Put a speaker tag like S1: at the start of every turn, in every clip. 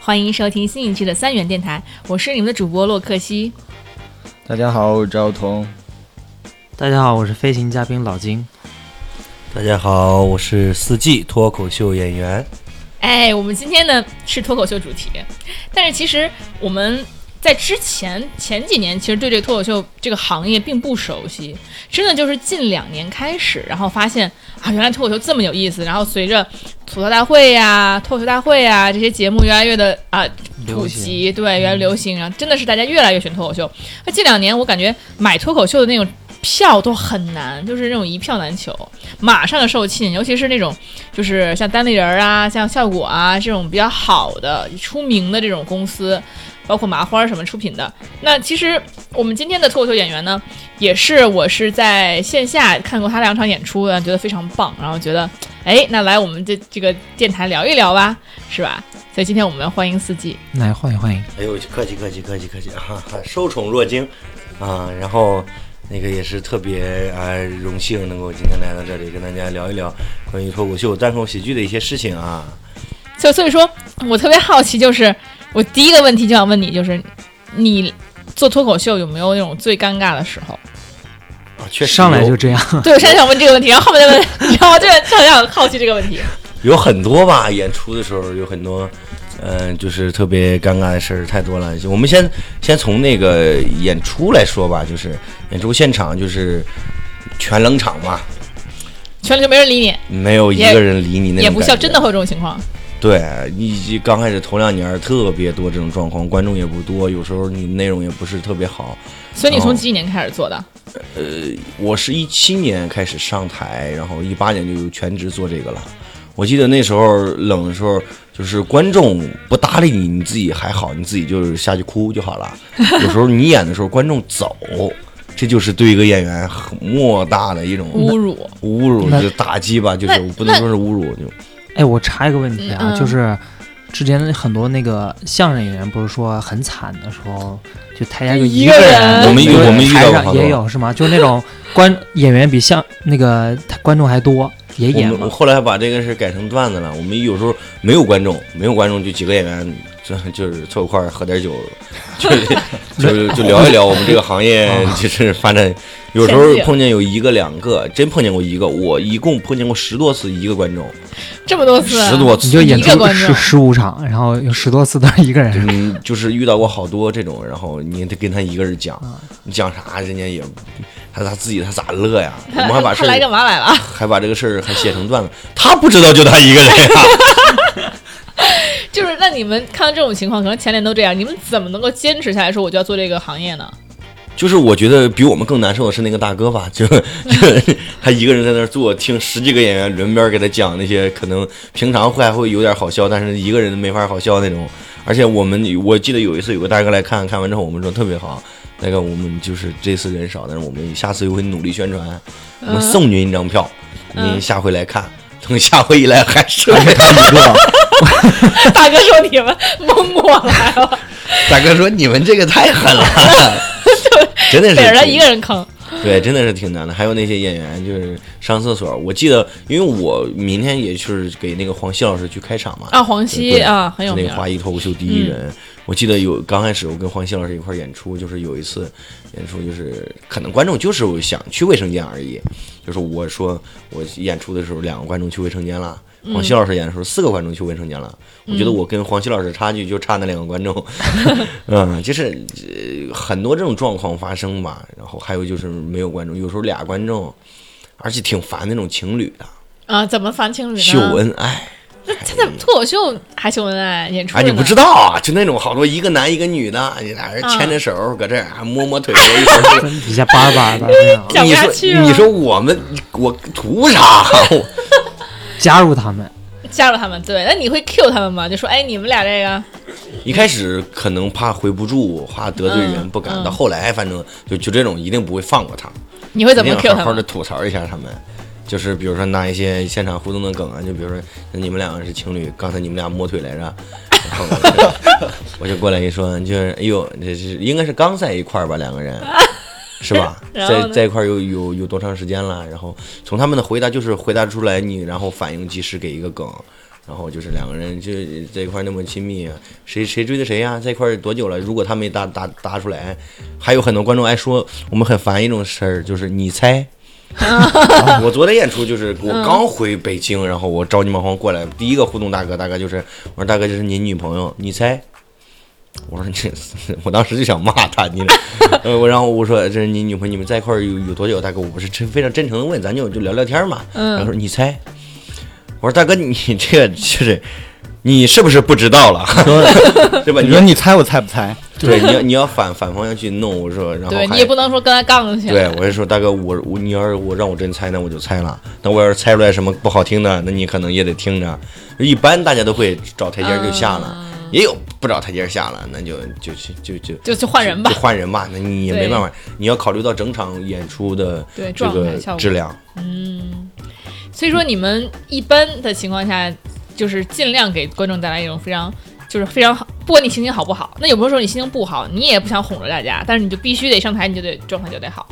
S1: 欢迎收听新一期的三元电台，我是你们的主播洛克西。
S2: 大家好，我是赵彤。
S3: 大家好，我是飞行嘉宾老金。
S4: 大家好，我是四季脱口秀演员。
S1: 哎，我们今天呢是脱口秀主题，但是其实我们在之前前几年其实对这个脱口秀这个行业并不熟悉，真的就是近两年开始，然后发现啊，原来脱口秀这么有意思。然后随着吐槽大会呀、脱口秀大会呀、这些节目越来越的啊普
S3: 流行
S1: 及，对，越来越流行，然后真的是大家越来越选脱口秀。那近两年我感觉买脱口秀的那种票都很难，就是那种一票难求，马上就售罄，尤其是那种就是像单立人儿啊、像效果啊这种比较好的、出名的这种公司，包括麻花儿什么出品的。那其实我们今天的脱口秀演员呢，也是我是在线下看过他两场演出的，觉得非常棒，然后觉得哎，那来我们这这个电台聊一聊吧，是吧？所以今天我们要欢迎四季，
S3: 来欢迎欢迎，
S4: 哎呦，客气客气客气客气，哈、哈，受宠若惊啊！然后那个也是特别啊、荣幸能够今天来到这里，跟大家聊一聊关于脱口秀、单口喜剧的一些事情啊。
S1: 所以所以说我特别好奇，就是我第一个问题就想问你，就是你做脱口秀有没有那种最尴尬的时 候？
S4: 啊，确实
S3: 上来
S4: 有
S3: 就这样，
S1: 对，我现在想问这个问题，然后后面再 问，然后我就特别想好奇这个问题。
S4: 有很多吧，演出的时候有很多，嗯、就是特别尴尬的事儿太多了。我们先先从那个演出来说吧，就是演出现场就是全冷场嘛，
S1: 全就没人理你，
S4: 没有一
S1: 也
S4: 个人理你那种
S1: 也不笑，
S4: 感觉
S1: 真的会有这种情况。
S4: 对你刚开始头两年儿特别多这种状况，观众也不多，有时候你内容也不是特别好。
S1: 所以你从
S4: 哦
S1: 几几年开始做的？
S4: 我是一七年开始上台，然后一八年就全职做这个了。我记得那时候冷的时候，就是观众不搭理你，你自己还好，你自己就是下去哭就好了。 有时候你演的时候，观众走，这就是对一个演员很莫大的一种
S1: 侮辱，
S4: 侮辱，
S3: 那
S4: 就打击吧，就是
S1: 那
S4: 不能说是侮辱，就
S3: 哎，我插一个问题啊，
S1: 嗯嗯
S3: 就是之前很多那个相声演员不是说很惨的时候，就台下就
S1: 一
S3: 个
S1: 个人
S3: 人，
S1: 我
S4: 们遇
S3: 一个人
S4: 我们遇到
S3: 台
S4: 过
S3: 上
S4: 好多
S3: 也有是吗？就那种观演员比相那个观众还多，也
S4: 我
S3: 演
S4: 们我
S3: 嘛。
S4: 后来把这个事改成段子了。我们有时候没有观众，没有观众就几个演员，这就是凑一块儿喝点酒， 就就就聊一聊我们这个行业就是发
S1: 啊
S4: 展。有时候碰见有一个两个，真碰见过一个，我一共碰见过十多次一个观众，
S1: 这么多次，
S4: 十多次
S3: 你就演
S1: 一个
S3: 出
S1: 观
S3: 十
S1: 众
S3: 十五场，然后有十多次都是一个人，
S4: 嗯，就是遇到过好多这种，然后你得跟他一个人讲，
S1: 啊
S4: 你讲啥人家也他他自己他咋乐呀？我们还
S1: 他
S4: 把事儿
S1: 来干嘛来了？
S4: 还把这个事儿还写成段子，他不知道就他一个人呀。
S1: 就是那你们看到这种情况，可能前年都这样，你们怎么能够坚持下来说我就要做这个行业 呢？
S4: 就是我觉得比我们更难受的是那个大哥吧， 就就他一个人在那儿坐，听十几个演员轮边给他讲那些可能平常会还会有点好笑，但是一个人没法好笑那种。而且我们我记得有一次有个大哥来看看完之后，我们说特别好，那个我们就是这次人少，但是我们下次会努力宣传，我们送您一张票，
S1: 嗯
S4: 您下回来看。等下回一来还是
S2: 他一 个，
S1: 大哥说你们蒙我来了，
S4: 大哥说你们这个太狠了，真 的是
S1: 逮着他一个人坑，
S4: 对，真的是挺难的。还有那些演员，就是上厕所，我记得，因为我明天也是给那个黄西老师去开场嘛。
S1: 啊黄西
S4: 对
S1: 啊很有
S4: 是那
S1: 名嗯
S4: 个华谊脱口秀第一人。我记得有刚开始我跟黄西老师一块儿演出，就是有一次演出，就是可能观众就是想去卫生间而已。就是我说我演出的时候，两个观众去卫生间了。
S1: 嗯
S4: 黄西老师演的时候，四个观众去卫生间了。我觉得我跟黄西老师差距就差那两个 观众，嗯，就是、呃很多这种状况发生吧。然后还有就是没有观众，有时候俩观众，而且挺烦那种情侣的
S1: 啊，怎么烦情侣呢？
S4: 秀恩爱。
S1: 那他在脱口秀还秀恩爱演出
S4: 哎，
S1: 呢？
S4: 你不知道啊，就那种好多一个男一个女的，你俩人牵着手搁这儿还摸摸腿，一会 儿就
S3: 底下叭叭的那样，
S1: 讲啊不
S4: 你
S1: 下
S4: 说
S1: 去了
S4: 你说我们我图啥？ 我
S3: 加入他们。
S1: 加入他们对，那你会 Q 他们吗？就说哎，你们俩这个
S4: 一开始可能怕回不住，怕得罪人，
S1: 嗯
S4: 不敢。
S1: 嗯
S4: 到后来，反正就就这种一定不会放过他，
S1: 你会
S4: 一
S1: 怎
S4: 定啊
S1: 么
S4: 要
S1: Q
S4: 好
S1: 他
S4: 好的
S1: 们？
S4: 吐槽一下他们。就是比如说拿一些现场互动的梗啊，就比如说你们两个是情侣，刚才你们俩摸腿来着，然后我就我就过来一说，就是哎呦，这是应该是刚在一块儿吧，两 个人。是吧？
S1: 然后
S4: 在
S1: 呢
S4: 在一块儿有有有多长时间了？然后从他们的回答就是回答出来你，然后反应及时给一个梗，然后就是两个人就在一块儿那么亲密啊，谁谁追的谁呀、在一块儿多久了？如果他没搭搭搭出来，还有很多观众爱说我们很烦一种事儿，就是你 猜。啊我昨天演出就是我
S1: 嗯
S4: 刚回北京，然后我着急忙慌过来，第一个互动大哥，大哥就是我说大哥这是您女朋友，你猜？我说这，我当时就想骂他，你，呃，我然后我说这是你女朋友，你们在一块儿有有多久？大哥，我是真非常真诚的问，咱就就聊聊天嘛。
S1: 嗯
S4: 然后说你猜，我说大哥你这个就是你是不是不知 道了，对吧？
S2: 你
S4: 你
S2: 说
S4: 要
S2: 你猜我猜不猜？
S4: 对你要你要反反方向去弄，我说然后
S1: 对
S4: 还
S1: 你也不能说跟他杠起来。
S4: 对，我就说大哥，我我你要是我让我真猜，那我就猜了。那我要是猜出来什么不好听的，那你可能也得听着。一般大家都会找台阶
S1: 啊
S4: 儿就下了，也有不找台阶儿下了，那就就就就
S1: 就就换人吧
S4: 就。换人吧。那你也
S1: 对
S4: 没办法，你要考虑到整场演出的
S1: 对
S4: 这
S1: 状态
S4: 个
S1: 效果
S4: 质量。
S1: 所以说，你们一般的情况下，就是尽量给观众带来一种非常，就是非常好，不管你心情好不好。那有没有时候你心情不好，你也不想哄着大家，但是你就必须得上台，你就得状态就得好。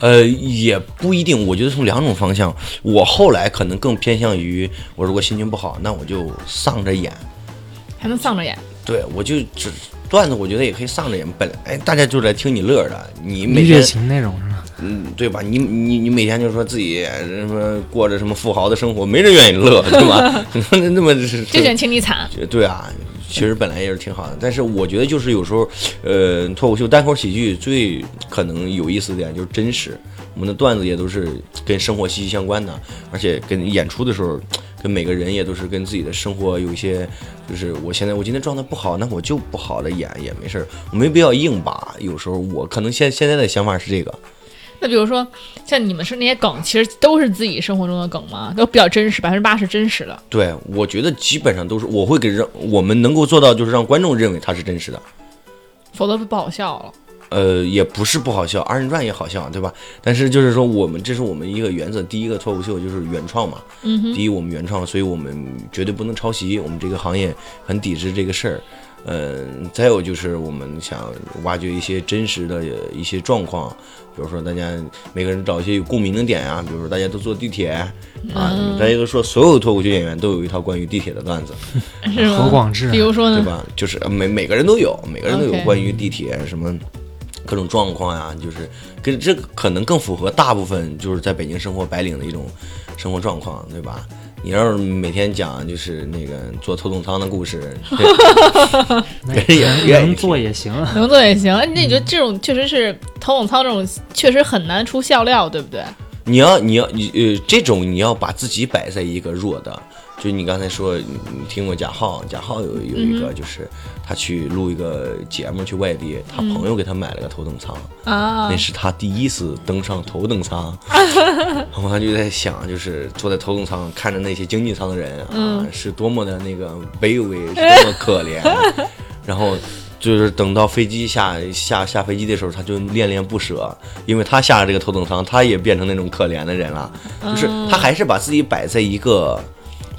S4: 呃，也不一定。我觉得从两种方向，我后来可能更偏向于，我如果心情不好，那我就丧着演。
S1: 还能丧着演，
S4: 对，我就只段子，我觉得也可以丧着演。本来哎大家就来听你乐儿的，你每
S3: 一夜
S4: 天
S3: 情那种是吧？
S4: 嗯，对吧？你你你每天就说自己呃什么过着什么富豪的生活，没人愿意乐，对吧？ 那那么是
S1: 就选清理惨。
S4: 对啊，其实本来也是挺好的，但是我觉得就是有时候，呃，脱口秀、单口喜剧最可能有意思的点就是真实，我们的段子也都是跟生活息息相关的，而且跟演出的时候，跟每个人也都是跟自己的生活有一些，就是我现在我今天状态不好，那我就不好的演也没事儿，我没必要硬拔。有时候我可能现现在的想法是这个，
S1: 那比如说，像你们是那些梗，其实都是自己生活中的梗嘛，都比较真实，百分之八十真实的。
S4: 对，我觉得基本上都是我会给让我们能够做到，就是让观众认为它是真实的。
S1: 否则不好笑了。
S4: 呃，也不是不好笑，二人转也好笑，对吧？但是就是说，我们这是我们一个原则。第一个脱口秀就是原创嘛，
S1: 嗯哼，
S4: 第一我们原创，所以我们绝对不能抄袭。我们这个行业很抵制这个事儿。嗯，再有就是我们想挖掘一些真实的呃一些状况，比如说大家每个人找一些有共鸣的点啊，比如说大家都坐地铁啊，大家都说所有脱口秀演员都有一套关于地铁的段子，
S1: 是吗？
S3: 何广智啊
S1: 比如说
S4: 啊对
S1: 呢？
S4: 吧？就是呃每每个人都有，每个人都有
S1: 嗯 OK
S4: 关于地铁什么各种状况呀、就是跟这个可能更符合大部分就是在北京生活白领的一种生活状况，对吧？你要是每天讲就是那个坐头等舱的故事，
S3: 那
S4: 别人也不愿意
S3: 能做也行。啊
S1: 能做也行。哎那你
S4: 嗯
S1: 觉得这种确实是头等舱这种，确实很难出笑料，对不对？
S4: 你要你要你呃，这种你要把自己摆在一个弱的，就你刚才说，你你听过贾浩，贾浩有有一个就是他去录一个节目去外地，他朋友给他买了个头等舱，
S1: 啊
S4: 那，是他第一次登上头等舱，我还就在想，就是坐在头等舱看着那些经济舱的人啊，是多么的那个卑微，是多么可怜。啊然后就是等到飞机下下下飞机的时候，他就恋恋不舍，因为他下了这个头等舱，他也变成那种可怜的人了，就是他还是把自己摆在一个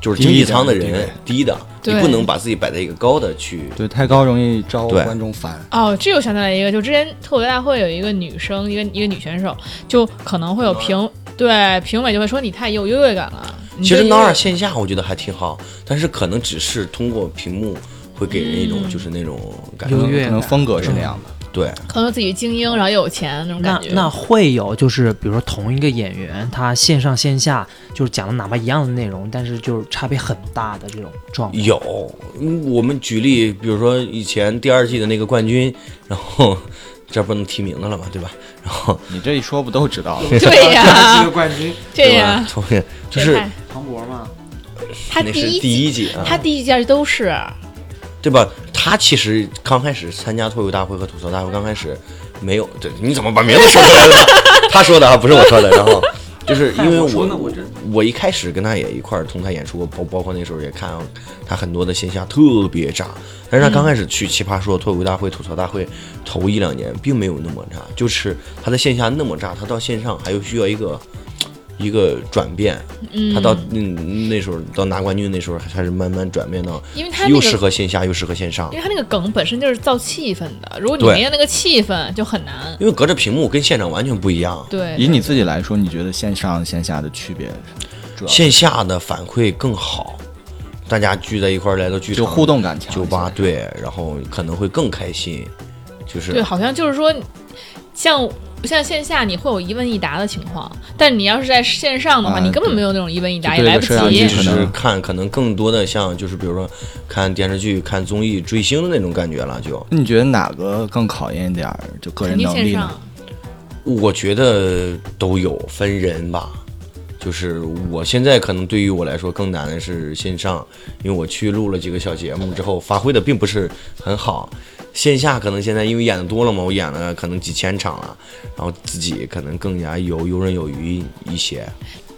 S4: 就是经济舱的
S2: 低一
S4: 人
S2: 点
S4: 低的，你
S1: 对
S4: 不能把自己摆在一个高的去。
S2: 对，太高容易招
S4: 对
S2: 观众烦。
S1: 哦，这又想起来一个，就之前脱口秀大会有一个女生，一个一个女选手，就可能会有评对评委就会说你太有优越感了。你
S4: 其实
S1: 对
S4: 闹
S1: 优越
S4: 二线下我觉得还挺好，但是可能只是通过屏幕会给人一
S1: 嗯
S4: 种就是那种感觉，
S3: 优越
S2: 可能
S3: 感
S2: 风格是那样的。
S4: 对，
S1: 可能自己精英，然后又有钱那种
S3: 那
S1: 感觉。
S3: 那会有就是，比如说同一个演员，他线上线下就是讲的哪怕一样的内容，但是就是差别很大的这种状况。
S4: 有。嗯我们举例，比如说以前第二季的那个冠军，然后 这不能提名的了嘛，对吧？然后
S2: 嗯你这一说不都知道 了？
S1: 对呀，
S3: 冠军
S1: 对
S4: 吧
S1: 呀，？
S4: 同学就是
S1: 变态
S3: 庞博嘛，
S1: 他
S4: 那
S1: 第
S4: 是
S1: 一
S4: 第
S1: 季
S4: 一季啊，
S1: 他第一届都是
S4: 对吧？他其实刚开始参加脱口秀大会和吐槽大会，刚开始没有，对，你怎么把名字说出来了？ 他说的啊，不是我说的。然后就是因为哎我我一开始跟他也一块儿同台演出，包包括那时候也看他很多的线下特别炸，但是他刚开始去奇葩说、脱口秀大会、吐槽大会头一两年并没有那么炸，就是他在线下那么炸，他到线上还有需要一个。一个转变，他到嗯那时候到拿冠军那时候，还是慢慢转变到
S1: 因为他那
S4: 又适
S1: 个。
S4: 合线下，又适合线上
S1: 因。为他那个梗本身就是造气氛的，如果你
S4: 对
S1: 没有那个气氛，就很难。
S4: 因为隔着屏幕跟现场完全不一样，
S1: 对，
S2: 以你自己来 说，你觉得线上线下的区别？主要
S4: 线下的反馈更好，大家聚在一块儿来到剧场
S2: 就互动感强一些。
S4: 酒吧对，然后可能会更开心，就是
S1: 对，好像就是说，像像线下你会有一问一答的情况，但你要是在线上的话，
S2: 啊
S1: 你根本没有那种一问一答，
S2: 就
S1: 也
S2: 对
S1: 来
S2: 着
S1: 不
S2: 摄像
S1: 及
S2: 机
S4: 就
S2: 可
S4: 是
S2: 能
S4: 看可能更多的像就是比如说看电视剧、看综艺、追星的那种感觉了。就
S2: 那你觉得哪个更考验一点儿就个
S1: 肯
S2: 人
S1: 定
S2: 能
S1: 线
S2: 力
S1: 上啊
S2: 呢？。
S4: 我觉得都有分人吧，就是我现在可能对于我来说更难的是线上，因为我去录了几个小节目之后，发挥的并不是很好。线下可能现在因为演的多了嘛，我演了可能几千场了，然后自己可能更加游游刃有余一些。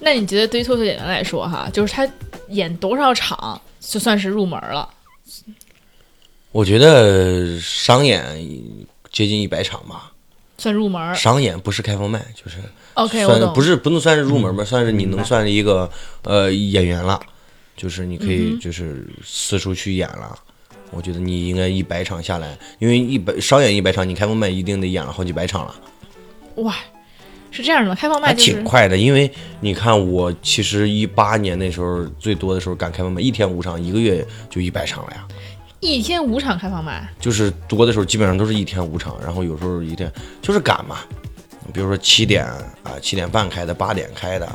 S1: 那你觉得对于脱口秀演员来说，哈，就是他演多少场就算是入门了？
S4: 我觉得商演接近一百场吧，
S1: 算入门儿
S4: 商演不是开放麦，就是
S1: ，OK，我
S4: 算
S1: 懂，
S4: 不是不能算是入门吧，算是你能算是一个呃演员了，就是你可
S1: 嗯
S4: 以就是四处去演了。我觉得你应该一百场下来，因为一百商演一百场，你开放麦一定得演了好几百场了，
S1: 哇，是这样的吗？开放麦
S4: 还
S1: 就是
S4: 挺快的。因为你看我其实一八年那时候最多的时候赶开放麦，一天五场，一个月就一百场了呀。
S1: 一天五场开放麦，
S4: 就是多的时候基本上都是一天五场，然后有时候一天就是赶嘛，比如说七点啊七点半开的，八点开的，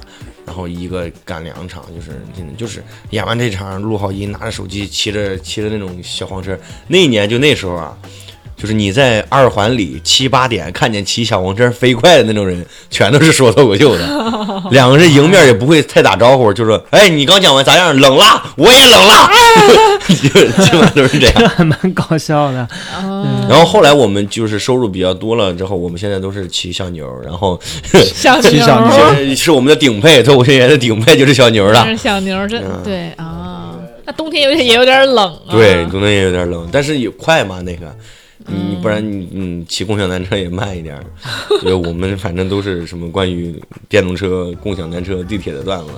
S4: 然后一个赶两场，就是就是演完这场录好音，拿着手机骑着骑着那种小黄车，那一年就那时候啊。就是你在二环里七八点看见骑小黄车飞快的那种人，全都是说脱口秀的，两个人迎面也不会太打招呼，就说：“哎，你刚讲完咋样？冷啦，我也冷啦。”就 基本上都是这样。
S3: 还蛮搞笑的。
S1: 嗯，
S4: 然后后来我们就是收入比较多了之后，我们现在都是骑小牛，然后
S1: 小
S2: 骑
S1: 牛
S2: 上
S1: 儿，
S4: 是 是我们的顶配，脱口秀演员的嗯顶配就是小牛了
S1: 但。是小牛儿真对啊，那冬天有点也有点冷啊，
S4: 对，可能也有点冷，但是也快嘛那个，你不然你嗯骑共享单车也慢一点儿。对，我们反正都是什么关于电动车、共享单车、地铁的段 子。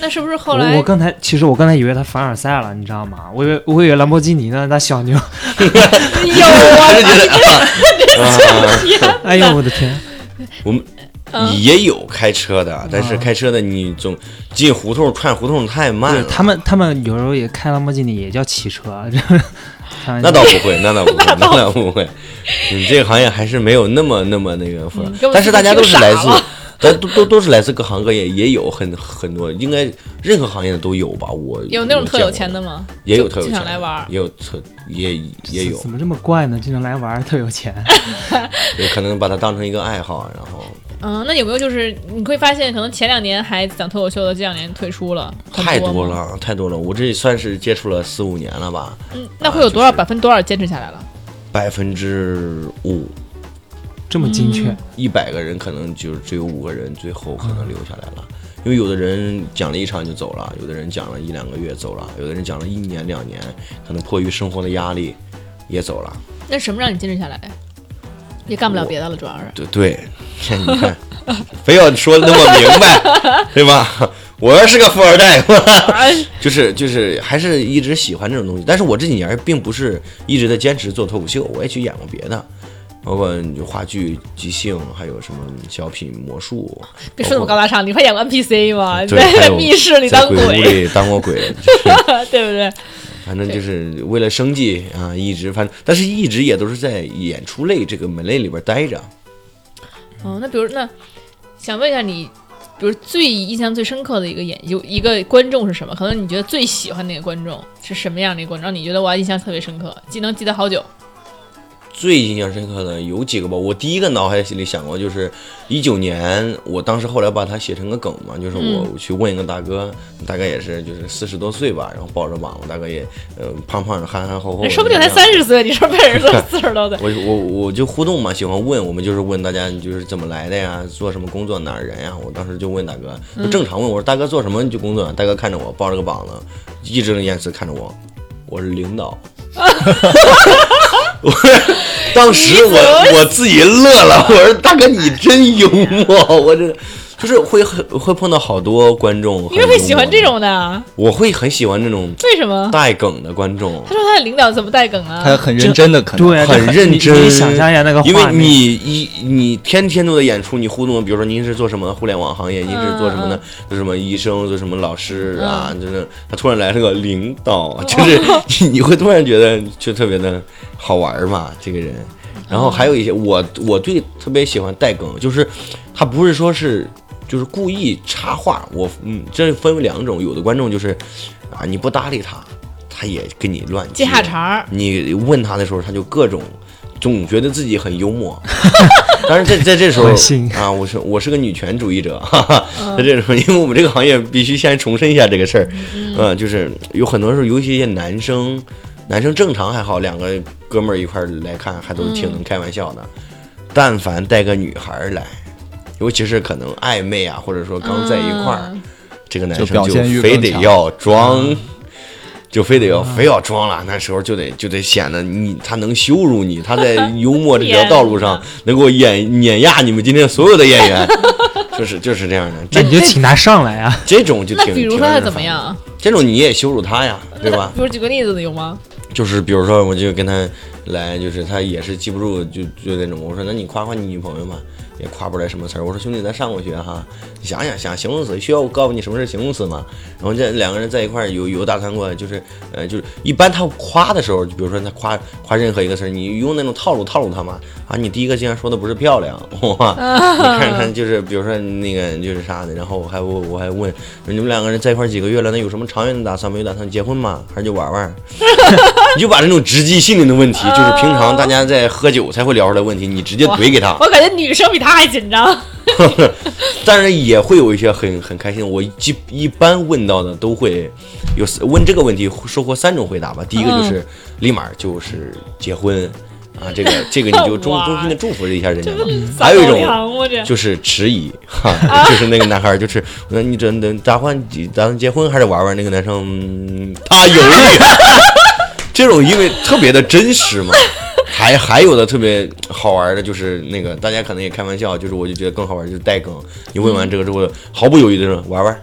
S1: 那是不是后
S3: 我
S1: 来
S3: 我刚才其实我刚才以为他凡尔赛了，你知道吗？我以为我以为兰博基尼呢，那 小牛。
S1: 有 啊？
S3: 哎呦我的天！
S4: 我们
S1: 嗯
S4: 也有开车的，但是开车的你总进胡同串胡同太慢
S3: 对
S4: 了。
S3: 他们，他们有时候也开兰博基尼，也叫骑车。这 开玩笑
S4: 那倒不会，那 倒不会，那倒不会。你这个行业还是没有那么那么那个复杂
S1: 嗯根本
S4: 但是大家都是来
S1: 就
S4: 自
S1: 挺傻了，
S4: 但都都都是来自各行各业，也有很很多，应该任何行业的都有吧。我
S1: 有那种特有钱
S4: 的，
S1: 的吗？
S4: 也有特有
S1: 经
S4: 钱
S1: 常
S4: 的
S1: 来玩儿
S4: 也有特也也有
S3: 怎，么这么怪呢？经常来玩儿，特 有钱。
S4: 有可能把它当成一个爱好，然后
S1: 嗯，那有没有就是你会发现，可能前两年还讲脱口秀的，这两年退出了，很
S4: 太
S1: 多
S4: 多
S1: 吗。
S4: 了，太多了。我这算是接触了四五年了吧，
S1: 嗯，那会有多少百分多少坚持下来了？
S4: 百分之五，
S3: 这么精
S1: 嗯
S3: 确，
S4: 一百个人可能就只有五个人最后可能留下来了，因为有的人讲了一场就走了，有的人讲了一两个月走了，有的人讲了一年两年，可能迫于生活的压力也走了。
S1: 那什么让你坚持下来？也干不了别的了，主要 是。
S4: 对对，你看，非要说的那么明白，对吧？我要是个富二代，
S1: 哎
S4: 就是就是还是一直喜欢这种东西，但是我这几年并不是一直在坚持做脱口秀，我也去演过别的，包括话剧、即兴，还有什么小品、魔术，
S1: 别说那么高大上，你会演过 NPC 吗？你
S4: 对还
S1: 在
S4: 有
S1: 密室里
S4: 在
S1: 当
S4: 鬼屋
S1: 鬼，
S4: 里当 过鬼，就是
S1: 对不对？
S4: 反正就是为了生计啊，一直反正，但是一直也都是在演出类这个门类里边待着。
S1: 哦，那比如那想问一下你，比如最印象最深刻的一个演有一个观众是什么？可能你觉得最喜欢那个观众是什么样的一个观众？让你觉得我印象特别深刻，记能记得好久。
S4: 最印象深刻的有几个吧，我第一个脑海里想过就是一九年，我当时后来把它写成个梗嘛，就是我
S1: 嗯
S4: 我去问一个大哥，大概也是就是四十多岁吧，然后抱着膀子，大哥也呃胖胖的憨憨厚厚的那样，，
S1: 说不定才三十岁，你说被人说四十多岁
S4: 我我我就互动嘛，喜欢问，我们就是问大家你就是怎么来的呀，做什么工作，哪儿人呀？我当时就问大哥，就正常问我说大哥做什么你就工作，大哥看着我抱着个膀子，义正言辞看着我，我是领导。 我当时
S1: 你怎么
S4: 我我自己乐了，我说大哥你真幽默，我这就是会很会碰到好多观众。
S1: 你为什么会喜欢这？种的？啊
S4: 我会很喜欢这种
S1: 为什么？
S4: 带梗的观众
S1: 他，说他的领导怎么带梗啊？
S2: 他很认真的可能
S3: 对啊，
S4: 很
S3: 就
S4: 认真
S3: 你你想象一下那个画
S4: 因
S3: 面，
S4: 为你一你天天都在演出，你互动，比如说您是做什么互联网行业，您是做什么的
S1: 嗯，
S4: 做什么医生，做什么老师啊，
S3: 嗯
S4: 就是他突然来了个领 导，就是你你会突然觉得就特别的好玩嘛，这个人。然后还有一些我我对特别喜欢带梗，就是他不是说是就是故意插话，我嗯，这分为两种，有的观众就是啊你不搭理他，他也跟你乱
S1: 接下茬儿，
S4: 你问他的时候，他就各种总觉得自己很幽默。当然在，在这时候
S3: 恶心
S4: 啊，我是我是个女权主义者，哈哈，
S1: 嗯
S4: 在这时候，因为我们这个行业必须先重申一下这个事儿，嗯、就是有很多时候，尤其一些男生，男生正常还好，两个哥们儿一块儿来看，还都挺能开玩笑的。但凡带个女孩儿来，尤其是可能暧昧啊，或者说刚在一块儿，
S1: 嗯
S4: 这个男
S2: 就
S4: 生
S2: 表
S4: 就
S2: 现欲
S4: 非
S2: 更
S4: 得
S2: 强嗯
S4: 要装， 就非得要非要装了。那时候就得就得显得你他能羞辱你，他在幽默这条道路上能够碾碾压你们今天所有的演员， 就是就是这样的。
S3: 那
S4: 这
S3: 你就请他上来 啊，
S4: 这种就
S1: 那
S4: 挺
S1: 比如
S4: 挺
S1: 说他
S4: 让人
S1: 怎么
S4: 烦的？
S1: 样？
S4: 这种你也羞辱他呀，对吧？
S1: 比如举个例子的有吗？
S4: 就是比如说，我就跟他来，就是他也是记不住，就就那种。我说，那你夸夸你女朋友嘛，也夸不出来什么词儿。我说，兄弟，咱上过学哈，你想想想形容词，需要我告诉你什么是形容词吗？然后这两个人在一块儿有有打算过，就是呃，就是一般他夸的时候，就比如说他夸夸任何一个词儿，你用那种套路套路他嘛啊，你第一个竟然说的不是漂亮， 哇，你看看就是比如说那个就是啥的，然后我还我我还问你们两个人在一块儿几个月了，那有什么长远的打算没有？打算结婚吗？还是就玩玩？ 你就把这种直击心灵的问题，就是平常大家在喝酒才会聊出来的问题，你直接怼给他。
S1: 我感觉女生比他还紧
S4: 哎
S1: 张。
S4: 但是也会有一些很很开心的，我基一般问到的都会有四问这个问题，收获三种回答吧。第一个
S1: 嗯
S4: 就是立马就是结婚啊，这个这个你 就衷
S1: 哇
S4: 衷心的祝福一下人家
S1: 这不
S4: 嘛
S1: 是。啊
S4: 还有一种
S1: 种，我这
S4: 就是迟疑，哈， 就是那个男孩儿，就是那你这这打算打算结婚还是玩玩？那个男生、嗯他犹豫， 这种因为特别的真实嘛。还还有的特别好玩的，就是那个大家可能也开玩笑，就是我就觉得更好玩，就是带梗。你问完这个之后，毫不犹豫的说玩玩，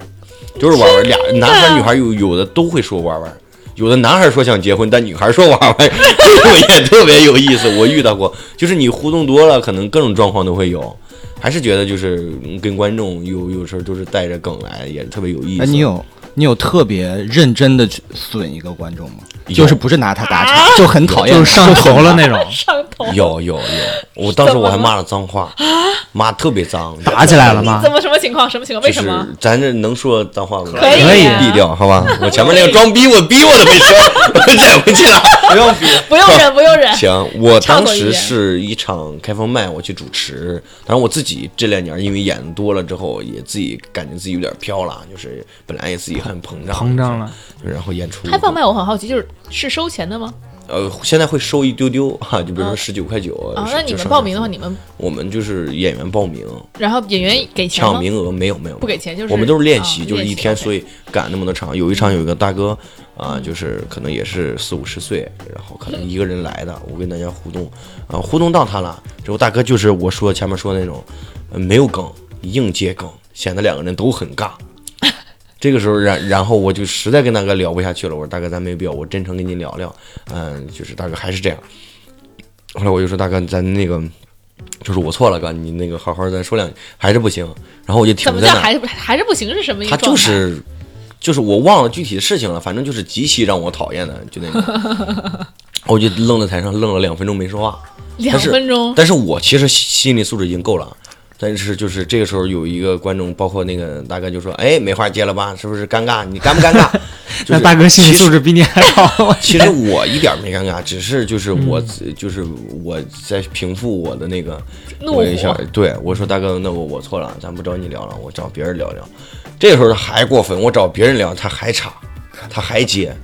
S4: 就是玩玩。俩男孩儿女孩儿有有的都会说玩玩，有的男孩说想结婚，但女孩说玩玩，这种也特别有意思。我遇到过，就是你互动多了，可能各种状况都会有。还是觉得就是嗯跟观众有有时候都是带着梗来，也特别有意思。
S2: 哎，你有你有特别认真的去损一个观众吗？
S4: 有
S2: 就是不是拿他打岔，啊就很
S4: 哎
S2: 讨厌他，
S3: 就是上 头 了那种，
S1: 上头。
S4: 有有有，我当时我还骂了脏话，骂特别脏，
S3: 打起来 了吗
S1: 怎？么什么情况？什么情况？为什
S4: 啊就
S1: 么
S4: 是？咱这能说脏话吗？
S1: 可以可以啊
S4: 毙 掉，好吧？我前面那个装逼，我逼我都没说， 我忍回去了，不用逼。
S1: 不用 忍，不用忍。
S4: 行，我
S1: 差不
S4: 当
S1: 多一
S4: 时
S1: 点
S4: 是一场开放麦，我去主持。当然，我自己这两年因为演的多了之后，也自己感觉自己有点飘了，就是本来也自己很膨胀，
S3: 膨胀了，
S4: 就是，然后演出
S1: 开放麦我很好奇，就是是收钱的吗？
S4: 呃，现在会收一丢 丢哈、就比如说
S1: 啊
S4: 十九块九
S1: 啊，那你们报名的话，你们
S4: 我们就是演员报名，
S1: 然后演员给钱
S4: 抢
S1: 吗？
S4: 名额没有没有，
S1: 不给钱就是
S4: 我们都是练习，
S1: 啊
S4: 就是一天，
S1: 练习
S4: 所以赶那么多场。有一场有一个大哥
S1: 嗯
S4: 啊，就是可能也是四五十岁，然后可能一个人来的，我跟大家互动啊，互动到他了之后，大哥就是我说前面说的那种，呃没有梗，硬接梗，显得两个人都很 尬。这个时候，然然后我就实在跟大哥聊不下去了，我说大哥，咱没必要，我真诚跟您聊聊，嗯，就是大哥还是这样。后来我就说大哥，咱那个就是我错了，哥，你那个好好再说两句，还是不行。然后我就停
S1: 怎么
S4: 在
S1: 叫
S4: 那儿，
S1: 还是不还是不行是什么意思？
S4: 他就是就是我忘了具体的事情了，反正就是极其让我讨厌的，就那种。 我就愣在台上愣了两分钟没说话，
S1: 两分钟，
S4: 但是我其实心理素质已经够了。但是就是这个时候有一个观众，包括那个大哥就说：“哎，没话接了吧？是不是尴尬？你尴不 尴尬？”就是
S3: 那大哥心理
S4: 其实
S3: 素质比你还好，
S4: 其实我一点儿没尴尬，只是就是我、
S3: 嗯
S4: 自就是我在平复我的那个
S1: 怒
S4: 我一下
S1: 火，
S4: 对我说大哥，那我我错了，咱不找你聊了，我找别人聊聊。这时候他还过分，我找别人聊他还差，他还接，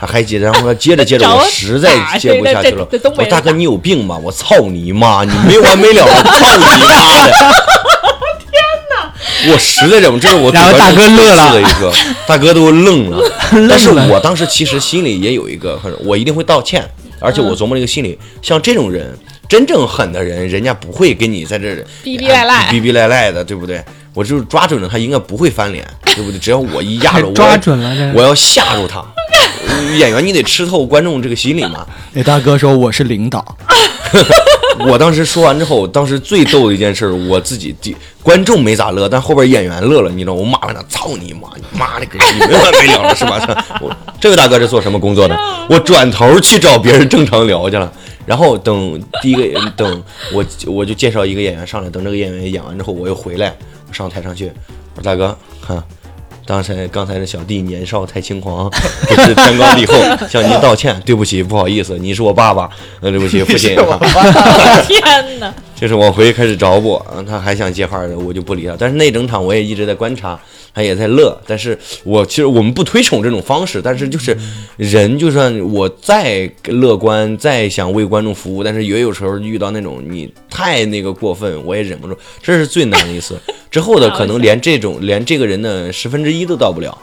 S4: 他还接，然后他接着接着，
S1: 找
S4: 我实在
S1: 打
S4: 接不
S1: 这
S4: 下
S1: 这
S4: 去了
S1: 这东。北
S4: 我
S1: 人
S4: 大哥你有病吧？我操你妈！你没完没了，我操你妈 的！我实在忍不住，这是我
S3: 然后
S4: 嘴巴
S3: 大哥
S4: 最
S3: 乐了
S4: 刺的一个，大哥都愣了。 但是我当时其实心里也有一个，我一定会道歉，而
S1: 嗯
S4: 且我琢磨了一个心理，像这种人，真正狠的人，人家不会跟你在这儿
S1: 逼逼赖赖
S4: 逼逼赖赖的，对不对？我就是抓准了他应该不会翻脸，对不对？只要我一压着，
S3: 抓准了这
S4: 我要，我要吓 住他。演员你得吃透观众这个心理嘛。
S2: 那哎大哥说我是领导，
S4: 我当时说完之后，当时最逗的一件事儿，我自己第观众没咋乐，但后边演员乐了，你知道，我骂完他，操你妈，你妈了个你没完没了了是吧？ 我这位大哥是做什么工作的？我转头去找别人正常聊去了。然后等第一个等我我就介绍一个演员上来，等这个演员演完之后，我又回来，我上台上去，我说大哥，哈。刚才刚才的小弟年少太轻狂，不知天高地厚，向您道歉，对不起，不好意思，你是我爸爸，呃，对不起，父亲。
S1: 天哪！
S4: 就是往回开始找我，嗯他还想接话的，我就不理他。但是那整场我也一直在观察，他也在乐。但是我其实我们不推崇这种方式，但是就是人，就算我再乐观，再想为观众服务，但是也有时候遇到那种你太那个过分，我也忍不住，这是最难的一次。之后的可能连这种连这个人的十分之一都到不了。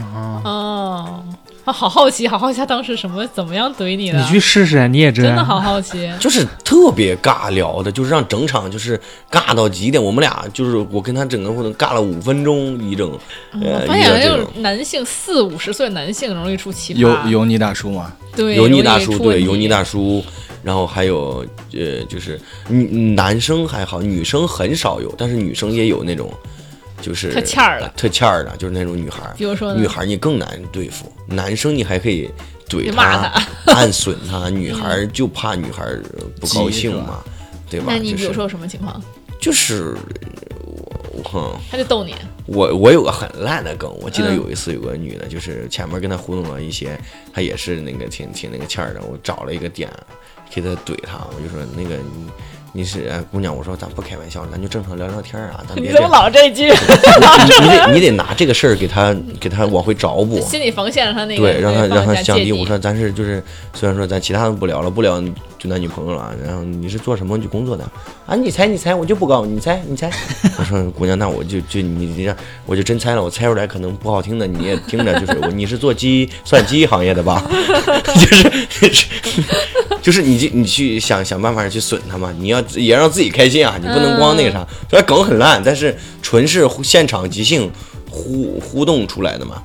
S3: 嗯
S1: 哦，啊，好好奇，好好奇他当时什么怎么样怼你的？
S3: 你去试试，啊你也知道。
S1: 真的好好 奇。嗯
S4: 就是特别尬聊的，就是让整场就是尬到极点。我们俩就是我跟他整个过程尬了五分钟一整，呃，
S1: 我发
S4: 一
S1: 现
S4: 整
S1: 了，
S4: 这
S1: 就
S4: 种
S1: 是男性四五十岁男性容易出奇葩，
S2: 油油腻大叔吗？
S1: 对
S4: 油腻
S1: 容易
S4: 大叔，
S1: 出问
S4: 对
S1: 题
S4: 油腻大叔，然后还有呃，就是女嗯男生还好，女生很少有，但是女生也有那种，就是啊
S1: 特欠儿的
S4: 特欠儿的，就是那种女孩儿。
S1: 比如说呢
S4: 女孩儿你更难对付，男生你还可以
S1: 你
S4: 怼
S1: 骂嗯
S4: 他、暗损他，女孩儿就怕女孩儿不高
S2: 急是
S4: 兴
S2: 吧
S4: 嘛，对吧？
S1: 那你
S4: 就
S1: 比
S4: 是
S1: 如说有什么情况？
S4: 就是我我。
S1: 他就逗你，
S4: 我我有个很烂的梗，我记得
S1: 嗯
S4: 有一次有个女的，就是前面跟她糊弄了一些，她也是那个挺挺那个欠儿的，我找了一个点给她怼她，我就说那个你你是哎姑娘，我说咱不开玩笑，咱就正常聊聊天儿啊，咱
S1: 你
S4: 别
S1: 怎么
S4: 这
S1: 老这句？
S4: 你你得你得拿这个事儿给她给她往回找补，
S1: 心理防线让他那个
S4: 对，让她
S1: 放
S4: 让她
S1: 下
S4: 降
S1: 芥
S4: 低。
S1: 蒂
S4: 我说咱是就是虽然说咱其他的不聊了，不聊就男女朋友了，啊然后你是做什么工作的啊？你猜你猜，我就不告诉你你猜你猜。我说姑娘，那我就就你你让我就真猜了，我猜出来可能不好听的，你也听着，就是我你是做鸡算鸡行业的吧？ 就是就是你去你去想想办法去损他嘛，你要也让自己开心啊，你不能光那个啥。虽然梗很烂，但是纯是现场即兴互互动出来的嘛。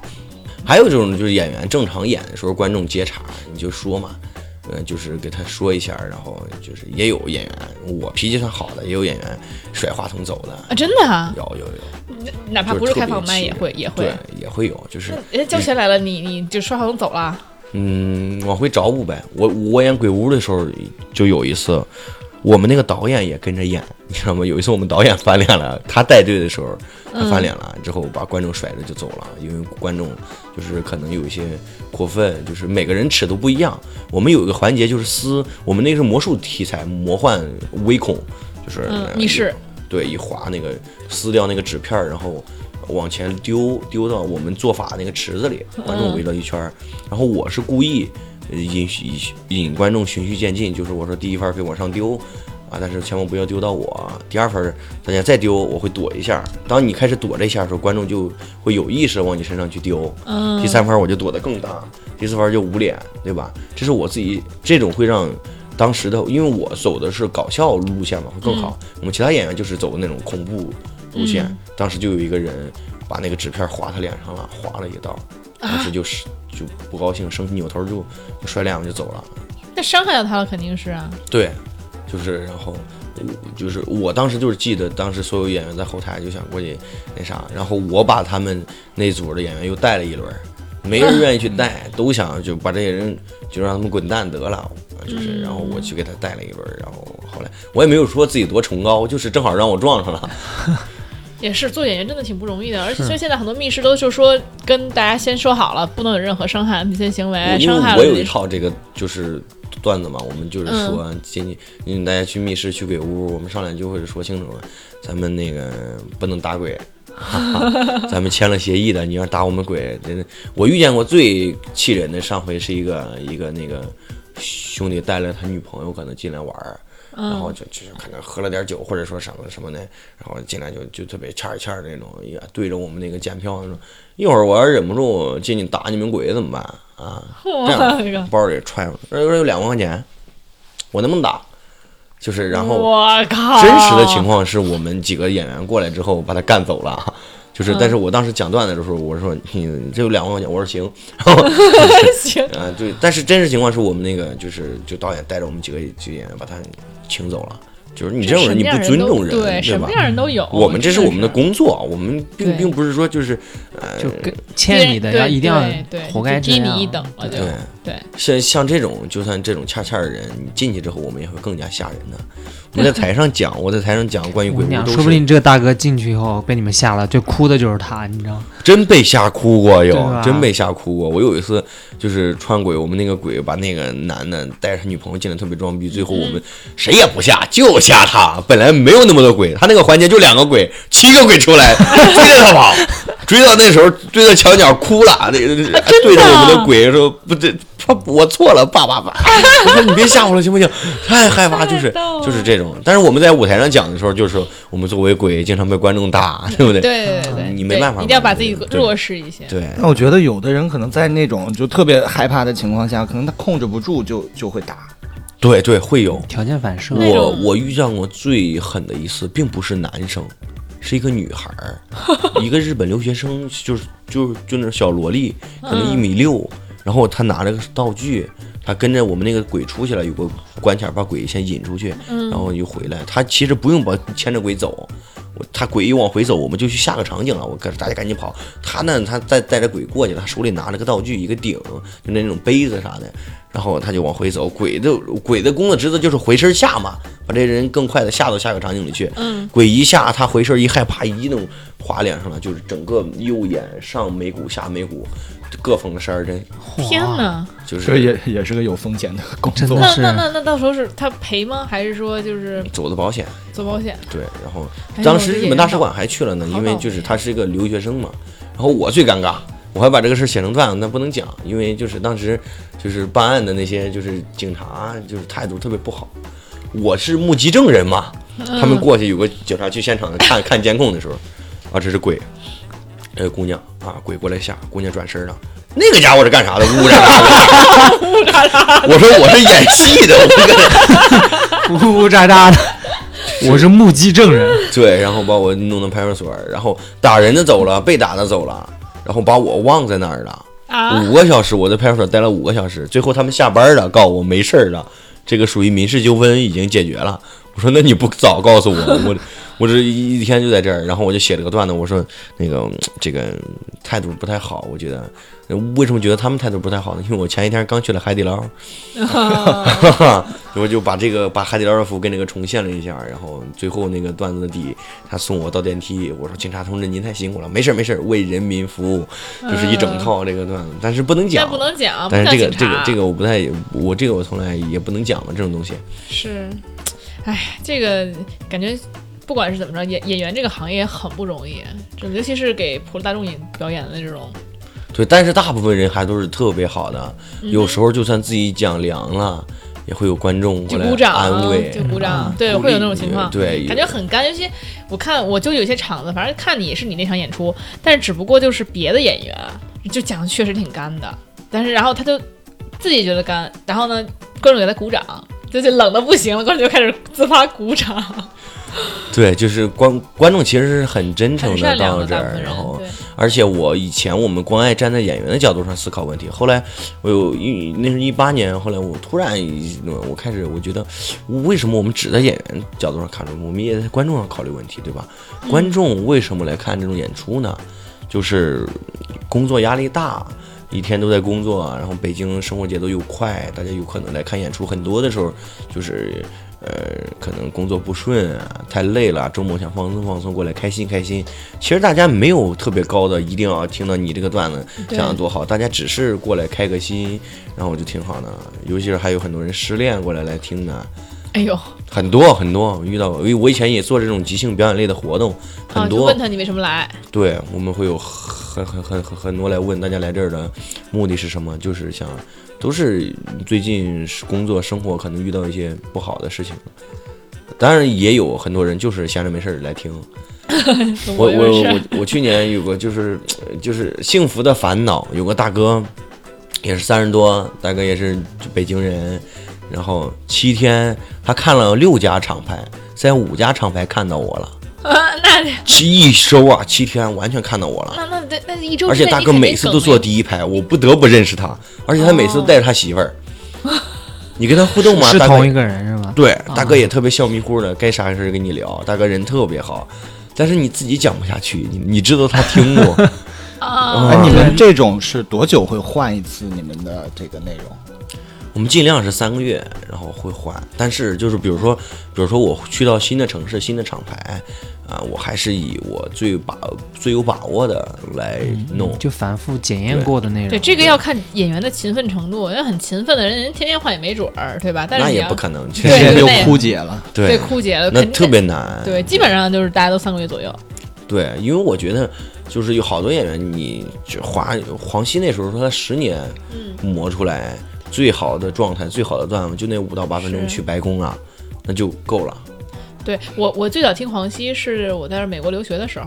S4: 还有这种就是演员正常演的时候，观众接茬，你就说嘛，呃，就是给他说一下，然后就是也有演员，我脾气算好的，也有演员甩话筒走
S1: 啊，
S4: 的，
S1: 真的啊，
S4: 有有有，
S1: 哪怕
S4: 就
S1: 不是
S4: 特
S1: 开
S4: 别
S1: 放麦
S4: 气
S1: 也
S4: 人
S1: 会也会
S4: 对。也会有，就是
S1: 人家交钱来了，你你就刷好像走了，
S4: 嗯，往回找补呗。我我演鬼屋的时候就有一次，我们那个导演也跟着演，你知道吗？有一次我们导演翻脸了，他带队的时候他翻脸
S1: 嗯
S4: 了，之后把观众甩着就走了，因为观众就是可能有一些过分，就是每个人尺度不一样。我们有一个环节就是撕，我们那个是魔术题材，魔幻微恐，就是
S1: 嗯密室，
S4: 对，一划那个撕掉那个纸片儿，然后往前丢丢到我们做法那个池子里，观众围了一圈儿。然后我是故意呃引引引观众循序渐进，就是我说第一番儿可以往上丢。啊！但是千万不要丢到我。第二番儿大家再丢，我会躲一下。当你开始躲这一下的时候，观众就会有意识地往你身上去丢。
S1: 嗯
S4: 第三番儿我就躲得更大，第四番儿就捂脸，对吧？这是我自己这种会让当时的，因为我走的是搞笑路线嘛，会更好。我们其他演员就是走那种恐怖路线，
S1: 嗯
S4: 当时就有一个人把那个纸片划他脸上了，划了一道，当
S1: 啊
S4: 时就是。就不高兴，生气扭头就就甩脸我就走了。
S1: 那伤害到他了肯定是啊，
S4: 对，就是然后我就是我当时就是记得当时所有演员在后台就想过去那啥，然后我把他们那组的演员又带了一轮儿，没人愿意去带，都想就把这些人就让他们滚蛋得了，就是然后我去给他带了一轮儿，然后后来我也没有说自己多崇高，就是正好让我撞上了。
S1: 也是做演员真的挺不容易的，而且像现在很多密室都是说跟大家先说好了，不能有任何伤害 NPC 行为，
S4: 因为
S1: 伤害
S4: 我
S1: 哎了
S4: 有一
S1: 你
S4: 套这个就是段子嘛，我们就是说，建议嗯大家去密室去鬼屋，我们上来就会说清楚了，咱们那个不能打鬼。哈哈，咱们签了协议的，你要打我们鬼，真的。我遇见过最气人的，上回是一个一个那个兄弟带了他女朋友可能进来玩儿，然
S1: 嗯
S4: 后就就是可能喝了点酒或者说什么什么的，然后进来就就特别欠儿欠儿那种，也对着我们那个检票说，一会儿我要忍不住进去打你们鬼怎么办啊？这
S1: 我
S4: 样
S1: 靠
S4: 包里揣着，这有两万块钱，我能不能打？就是然后
S1: 我靠，
S4: 真实的情况是我们几个演员过来之后把他干走了，
S1: 嗯
S4: 就是，但是我当时讲段子的时候，我说你你这有两万块钱，我说行，然后
S1: 行，
S4: 啊对，但是真实情况是我们那个就是就导演带着我们几个几个演员把他请走了，就是你这种
S1: 什
S4: 人
S1: 么
S4: 你
S1: 样
S4: 不
S1: 人
S4: 尊
S1: 都
S4: 重人，
S1: 对，什
S4: 吧
S1: 么？样人都有。
S4: 我们这是
S1: 真
S4: 我们的工作，我们并
S1: 对
S4: 并不是说就是呃
S3: 就跟欠你的，
S1: 对
S3: 要一定要
S1: 对对
S3: 活该
S1: 就
S3: 这
S1: 低
S3: 样。
S1: 你一等了就
S4: 对
S1: 对
S4: 像像这种就算这种恰恰的人，你进去之后我们也会更加吓人的。我们在台上讲，我在台上讲关于
S3: 我
S4: 鬼
S3: 跟
S4: 屋
S3: 你讲，
S4: 都
S3: 说不
S4: 是
S3: 定这个大哥进去以后被你们吓了，就哭的就是他，你知道吗？
S4: 真被吓哭过
S3: 对
S4: 有
S3: 吧，
S4: 真被吓哭过。我有一次就是穿鬼，我们那个鬼把那个男的带着他女朋友进来，特别装逼。最后我们谁也不吓，就吓他。本来没有那么多鬼，他那个环节就两个鬼，七个鬼出来追着他跑，追到那时候追到墙角哭了，那那对着我们的鬼说不对。他我错了，爸爸爸！我说你别吓我了，行不行？太害怕，就是
S1: 太逗了
S4: 就是这种。但是我们在舞台上讲的时候，就是我们作为鬼，经常被观众打，对不对？
S1: 对对对，
S4: 嗯你没
S1: 对
S4: 办法
S1: 一定要
S4: 嘛
S1: 把
S4: 对
S1: 自己
S4: 对
S1: 弱势一些。
S4: 对，
S2: 那我觉得有的人可能在那种就特别害怕的情况下，可能他控制不住就就会打。
S4: 对对，会有。
S3: 条件反 射，
S1: 那
S4: 我
S1: 种
S4: 我遇上过最狠的一次，并不是男生，是一个女孩 儿，一个日本留学生，就是就是就那种小萝莉，可能一米六，然后她拿着个道具，她跟着我们那个鬼出去了，有个关卡把鬼先引出去，
S1: 嗯
S4: 然后又回来。她其实不用把牵着鬼走。我她鬼一往回走，我们就去下个场景了。啊我赶大家赶紧跑。她呢，她带带着鬼过去，她手里拿着个道具，一个鼎，就那种杯子啥的。然后他就往回走，鬼的鬼的工作职责就是回身下嘛，把这人更快的下到下个场景里去。
S1: 嗯，
S4: 鬼一下，他回身一害怕，一弄划脸上了，就是整个右眼上眉骨下眉骨各缝了十二针，
S1: 天
S3: 哇！
S1: 哪，
S4: 就
S2: 这
S4: 是
S2: 也也是个有风险的工
S3: 真
S2: 作
S3: 的。
S1: 那
S3: 是
S1: 那那那到时候是他赔吗？还是说就是
S4: 走的保险。
S1: 做保险？
S4: 对，然后
S1: 哎呦
S4: 当时日本大使馆还去了呢，
S1: 好倒
S4: 因
S1: 霉
S4: 为就是他是一个留学生嘛。然后我最尴尬，我还把这个事儿写成段子，但不能讲，因为就是当时就是办案的那些就是警察就是态度特别不好。我是目击证人嘛，
S1: 嗯
S4: 他们过去有个警察去现场看 看监控的时候，啊，这是鬼，那个姑娘啊，鬼过来吓，姑娘转身了。那个家伙是干啥的？ 呜呜喳喳的。我说我是演戏的，我不跟
S3: 呜呜喳喳的，我是目击证人。
S4: 对，然后把我弄到派出所儿，然后打人的走了，被打的走了，然后把我忘在那儿了。
S1: 啊，
S4: 五个小时，我在派出所待了五个小时，最后他们下班了，告诉我没事儿了，这个属于民事纠纷，已经解决了。我说那你不早告诉我，我我这一一天就在这儿，然后我就写了个段子，我说那个嗯这个态度不太好，我觉得呃为什么觉得他们态度不太好呢？因为我前一天刚去了海底捞，哈哈，我就把这个把海底捞的服跟这个重现了一下，然后最后那个段子的底，他送我到电梯，我说警察同志您太辛苦了，没事儿没事儿，为人民服务，就是一整套这个段子，但是不能
S1: 那
S4: 讲
S1: 不。能讲，不
S4: 但
S1: 能
S4: 是
S1: 讲
S4: 这个
S1: 警
S4: 这个
S1: 察
S4: 这个我不太，我这个我从来也不能讲嘛，这种东西。
S1: 是，哎，这个感觉不管是怎么着，演演员这个行业很不容易，这尤其是给普罗大众演表演的这种，
S4: 对，但是大部分人还都是特别好的，
S1: 嗯
S4: 有时候就算自己讲凉了，也会有观众
S1: 就
S4: 过来
S1: 鼓掌，
S4: 安慰，
S1: 就鼓掌
S4: 嗯，
S1: 对，
S4: 鼓励
S1: 会有那种情况，
S4: 对，
S1: 感觉很干。尤其我看，我就有些场子，反正看你也是你那场演出，但是只不过就是别的演员就讲的确实挺干的，但是然后他就自己觉得干，然后呢，观众给他鼓掌。就就冷的不行了，观众就开始自发鼓掌，
S4: 对，就是观观众其实是 很真诚
S1: 很
S4: 的
S1: 善良
S4: 到
S1: 的
S4: 这
S1: 大部
S4: 儿，
S1: 分人
S4: 然后，
S1: 对
S4: 而且我以前我们光爱站在演员的角度上思考问题，后来我有一那是一八年，后来我突然一我开始我觉得，为什么我们只在演员角度上考虑，我们也在观众上考虑问题，对吧？观众为什么来看这种演出呢？就是工作压力大，一天都在工作，然后北京生活节奏又快，大家有可能来看演出。很多的时候就是，呃，可能工作不顺啊，太累了，周末想放松放松，过来开心开心。其实大家没有特别高的，一定要听到你这个段子
S1: 对
S4: 讲的多好，大家只是过来开个心，然后我就挺好的。尤其是还有很多人失恋过来来听呢，
S1: 哎呦，
S4: 很多很多，我遇到过，因为我以前也做这种即兴表演类的活动，
S1: 啊，
S4: 很
S1: 就
S4: 多。
S1: 问他你为什么来，
S4: 对，我们会有很很很很很多来问大家来这儿的目的是什么，就是想，都是最近是工作生活可能遇到一些不好的事情，当然也有很多人就是闲着没事儿来听。我
S1: 我
S4: 我
S1: 是
S4: 我我去年有个就是呃就是幸福的烦恼，有个大哥也是三十多，大哥也是北京人，然后七天他看了六家厂牌，在五家厂牌看到我了，
S1: 啊，那
S4: 七一周啊，七天完全看到我了。
S1: 那那那那一周
S4: 而
S1: 之内
S4: 且大
S1: 你
S4: 哥
S1: 肯定
S4: 每次
S1: 梗
S4: 都坐
S1: 了
S4: 第一排，我不得不认识他，而且他每次都带着他媳妇儿。
S1: 哦
S4: 你跟他互动吗？
S3: 是
S4: 大哥
S3: 同一个人是吧？
S4: 对，
S1: 啊
S4: 大哥也特别笑迷糊的，该啥事儿跟你聊，大哥人特别好。但是你自己讲不下去，你你知道他听不？
S1: 啊，
S2: 哎，你们这种是多久会换一次你们的这个内容？
S4: 我们尽量是三个月，然后会换。但是就是比如说，比如说我去到新的城市、新的厂牌，啊、我还是以我最把最有把握的来弄。
S3: 嗯
S1: 嗯
S3: 就反复检验
S4: 对
S3: 过的内容。
S1: 对，这个要看演员的勤奋程度，要很勤奋的人，人天天换也没准儿，对吧？但是
S4: 那
S1: 你
S4: 也
S1: 要
S4: 不可能，
S1: 对
S2: 现在
S1: 就
S2: 就
S1: 那样
S2: 枯竭了。
S1: 被
S4: 对，
S1: 枯竭了，
S4: 那
S1: 肯定
S4: 特别难。
S1: 对，基本上就是大家都三个月左右。
S4: 对，因为我觉得就是有好多演员，你就华黄西那时候说他十年磨出来最好的状态、最好的段子，就那五到八分钟
S1: 是
S4: 去白宫啊，那就够了。
S1: 对我，我最早听黄西是我在美国留学的时候，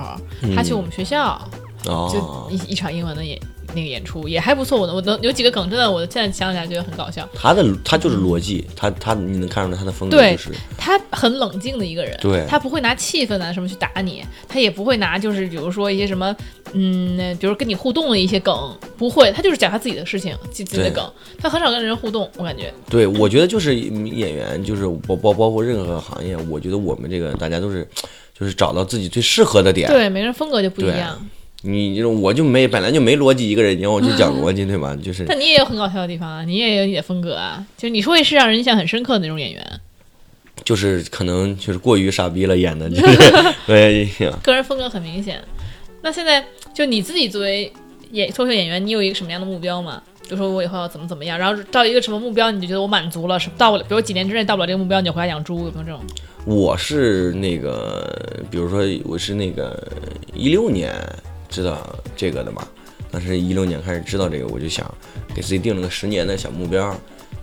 S1: 他去我们学校，就
S4: 嗯哦
S1: 一，一场英文的演那个演出也还不错。我能我能有几个梗，真的我现在想起来觉得很搞笑。
S4: 他的他就是逻辑，他他你能看出来他的风格
S1: 对
S4: 就是
S1: 他很冷静的一个人，
S4: 对
S1: 他不会拿气氛啊什么去打你，他也不会拿就是比如说一些什么，嗯，那比如跟你互动的一些梗，不会，他就是讲他自己的事情，自自己的
S4: 对
S1: 梗，他很少跟人互动，我感觉
S4: 对，我觉得就是演员，就是包包包括任何行业，我觉得我们这个大家都是就是找到自己最适合的点。
S1: 对，每个人风格就不一样，
S4: 你这种我就没本来就没逻辑一个人，你让我去讲逻 辑，对吧？就是
S1: 但你也有很搞笑的地方啊，你也有你的风格啊，就是你会是让人印象很深刻的那种演员，
S4: 就是可能就是过于傻逼了，演的就是 对呀
S1: 个人风格很明显。那现在就你自己作为演脱口秀演员，你有一个什么样的目标吗？比如说我以后要怎么怎么样，然后到一个什么目标，你就觉得我满足了，是到不了，比如几年之内到不了这个目标，你就回家养猪，有没有这种？
S4: 我是那个，比如说我是那个一六年知道这个的嘛，当时一六年开始知道这个，我就想给自己定了个十年的小目标，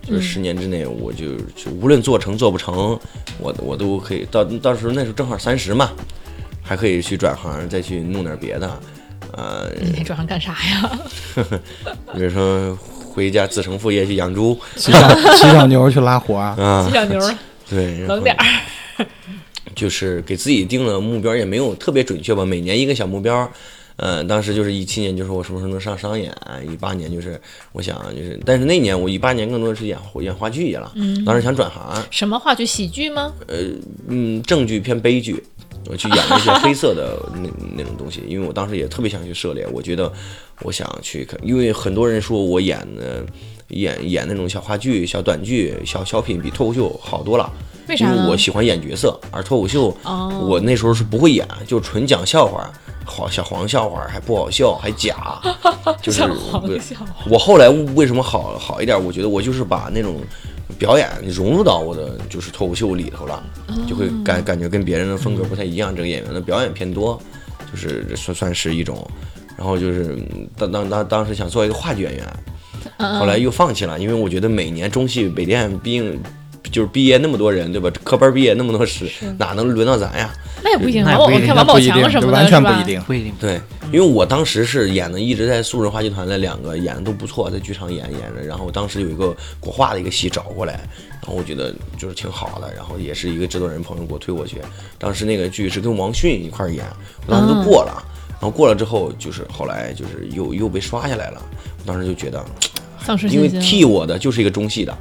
S4: 就是十年之内我就就无论做成做不成，我我都可以到到时候那时候正好三十嘛，还可以去转行再去弄点别的，呃，
S1: 你那转行干啥呀？
S4: 比如说回家自成副业去养猪
S2: 骑上骑上牛去拉活儿，
S4: 啊
S1: 骑，小牛儿，
S4: 对，然后
S1: 冷点儿。
S4: 就是给自己定了目标，也没有特别准确吧，每年一个小目标。嗯，当时就是一七年，就是我什么时候能上商演；一八年就是我想就是，但是那年我一八年更多的是演演话剧去了，嗯当时想转行，
S1: 什么话剧？喜剧吗？
S4: 嗯，正剧偏悲剧，我去演了一些黑色的那那种东西，因为我当时也特别想去涉猎，我觉得我想去看，因为很多人说我演的演演那种小话剧、小短剧、小小品比脱口秀好多了，
S1: 为啥
S4: 因
S1: 呢
S4: 为我？喜欢演角色，而脱口秀，
S1: 哦
S4: 我那时候是不会演，就纯讲笑话，好小黄笑话还不好笑，还 假，就是
S1: 小黄
S4: 对
S1: 笑话
S4: 我后来为什么好好一点？我觉得我就是把那种表演融入到我的就是脱口秀里头了，
S1: 哦
S4: 就会感感觉跟别人的风格不太一样。这个演员的表演偏多，就是这算算是一种。然后就是嗯当当当当时想做一个话剧演员，
S1: 嗯
S4: 后来又放弃了，因为我觉得每年中戏北电毕竟就是毕业那么多人，对吧？科班毕业那么多师，哪能轮到咱呀？
S1: 那也不一定。
S3: 那也
S1: 王宝
S3: 不一定
S1: 看王
S3: 那
S1: 宝
S2: 不一定
S1: 强什么的，
S2: 完全
S1: 是
S2: 不
S1: 吧
S2: 一。定。
S3: 不一定。
S4: 对，因为我当时是演的，一直在素人话剧团的两个演的都不错，在剧场演演着。然后当时有一个国画的一个戏找过来，然后我觉得就是挺好的。然后也是一个制作人朋友给我推过去，当时那个剧是跟王迅一块儿演，我当时都过了。然后过了之后，就是后来就是又又被刷下来了，我当时就觉得，
S1: 丧失
S4: 因为
S1: 信心
S4: 替
S1: 了。
S4: 我的就是一个中戏的，